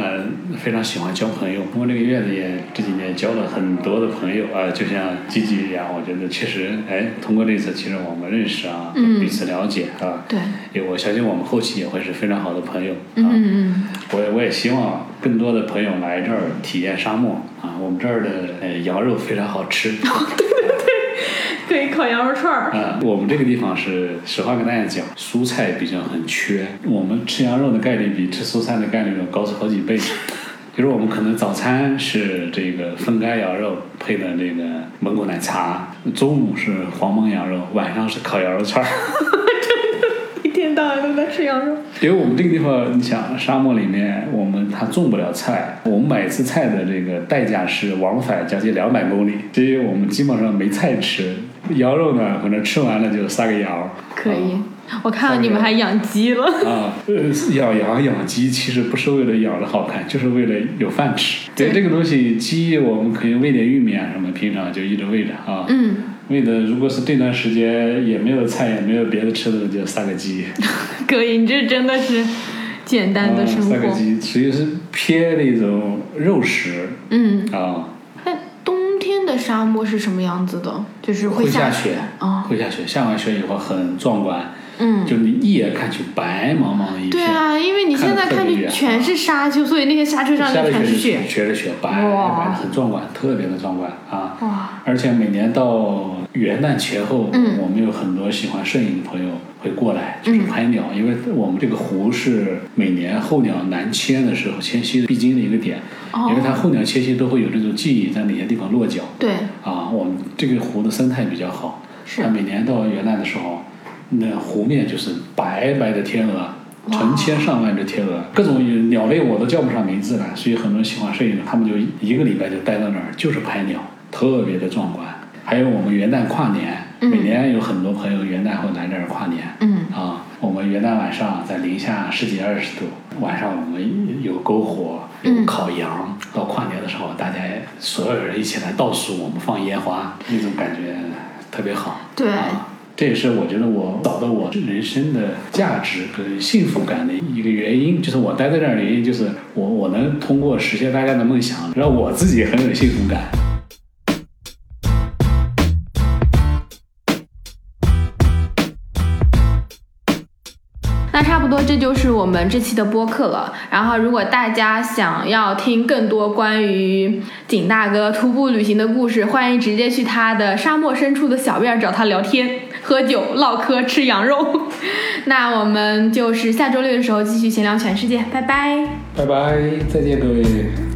[SPEAKER 3] 非常喜欢交朋友，通过这个月子也这几年交了很多的朋友啊，就像吉吉一样，我觉得确实哎，通过这次其实我们认识啊，
[SPEAKER 1] 嗯
[SPEAKER 3] 彼此了解啊，
[SPEAKER 1] 对，
[SPEAKER 3] 也我相信我们后期也会是非常好的朋友啊。
[SPEAKER 1] 嗯嗯
[SPEAKER 3] 我也我也希望更多的朋友来这儿体验沙漠啊，我们这儿的呃羊肉非常好吃
[SPEAKER 1] 嗯，可以烤羊肉串儿。
[SPEAKER 3] 啊。我们这个地方是实话跟大家讲，蔬菜比较很缺，我们吃羊肉的概率比吃蔬菜的概率要高出好几倍。 就是我们可能早餐是这个风干羊肉配的这个蒙古奶茶，中午是黄焖羊肉，晚上是烤羊肉串儿。
[SPEAKER 1] 一天到晚都在吃羊肉。
[SPEAKER 3] 因为我们这个地方，你想沙漠里面，我们它种不了菜，我们买一次菜的这个代价是往返将近两百公里，所以我们基本上没菜吃。羊肉呢，可能吃完了就杀个羊，
[SPEAKER 1] 可以，我看到你们还养鸡了。
[SPEAKER 3] 啊，呃，养羊养鸡其实不是为了养的好看，就是为了有饭吃。对
[SPEAKER 1] 对
[SPEAKER 3] 这个东西，鸡我们可以喂点玉米啊什么，平常就一直喂着啊。
[SPEAKER 1] 嗯，
[SPEAKER 3] 喂的，如果是这段时间也没有菜，也没有别的吃的，就杀个鸡。
[SPEAKER 1] 可以，你这真的是简单的
[SPEAKER 3] 嗯，
[SPEAKER 1] 生
[SPEAKER 3] 三个
[SPEAKER 1] 活。
[SPEAKER 3] 鸡属于是偏那种肉食
[SPEAKER 1] 嗯，
[SPEAKER 3] 啊，
[SPEAKER 1] 那冬天的沙漠是什么样子的？就是
[SPEAKER 3] 会
[SPEAKER 1] 下
[SPEAKER 3] 雪
[SPEAKER 1] 啊。
[SPEAKER 3] 会下雪，下完雪以后很壮观，
[SPEAKER 1] 嗯，
[SPEAKER 3] 就你一眼看去白茫茫一片，
[SPEAKER 1] 对啊，因为你现在看
[SPEAKER 3] 看得特别
[SPEAKER 1] 去
[SPEAKER 3] 远啊
[SPEAKER 1] 全是沙丘，所以那些沙丘上
[SPEAKER 3] 下
[SPEAKER 1] 面
[SPEAKER 3] 了
[SPEAKER 1] 全
[SPEAKER 3] 雪
[SPEAKER 1] 是
[SPEAKER 3] 是
[SPEAKER 1] 雪。
[SPEAKER 3] 雪着雪白
[SPEAKER 1] 哇
[SPEAKER 3] 白的很壮观，特别的壮观啊！
[SPEAKER 1] 哇，
[SPEAKER 3] 而且每年到元旦前后，
[SPEAKER 1] 嗯
[SPEAKER 3] 我们有很多喜欢摄影的朋友会过来，就是拍鸟，因为我们这个湖是每年候鸟南迁的时候迁徙必经的一个点，
[SPEAKER 1] 哦
[SPEAKER 3] 因为它候鸟迁徙都会有这种记忆在哪些地方落脚。
[SPEAKER 1] 对，
[SPEAKER 3] 啊，我们这个湖的生态比较好，
[SPEAKER 1] 是
[SPEAKER 3] 它每年到元旦的时候，那湖面就是白白的天鹅，成千上万只天鹅，各种鸟类我都叫不上名字来，所以很多人喜欢摄影的，他们就一个礼拜就待到那儿，就是拍鸟，特别的壮观。还有我们元旦跨年，
[SPEAKER 1] 嗯
[SPEAKER 3] 每年有很多朋友元旦会来这儿跨年，
[SPEAKER 1] 嗯，
[SPEAKER 3] 啊，我们元旦晚上在零下十几二十度，晚上我们有篝火，有烤羊，到跨年的时候，大家所有人一起来倒数，我们放烟花，那种感觉特别好。
[SPEAKER 1] 对
[SPEAKER 3] 啊这也是我觉得我找到我人生的价值跟幸福感的一个原因，就是我待在这儿的原因，就是我我能通过实现大家的梦想，让我自己很有幸福感。
[SPEAKER 1] 那差不多这就是我们这期的播客了。然后，如果大家想要听更多关于景大哥徒步旅行的故事，欢迎直接去他的沙漠深处的小院儿找他聊天、喝酒、唠嗑、吃羊肉。 那我们就是下周六的时候继续闲聊全世界，拜拜。
[SPEAKER 3] 拜拜，再见各位。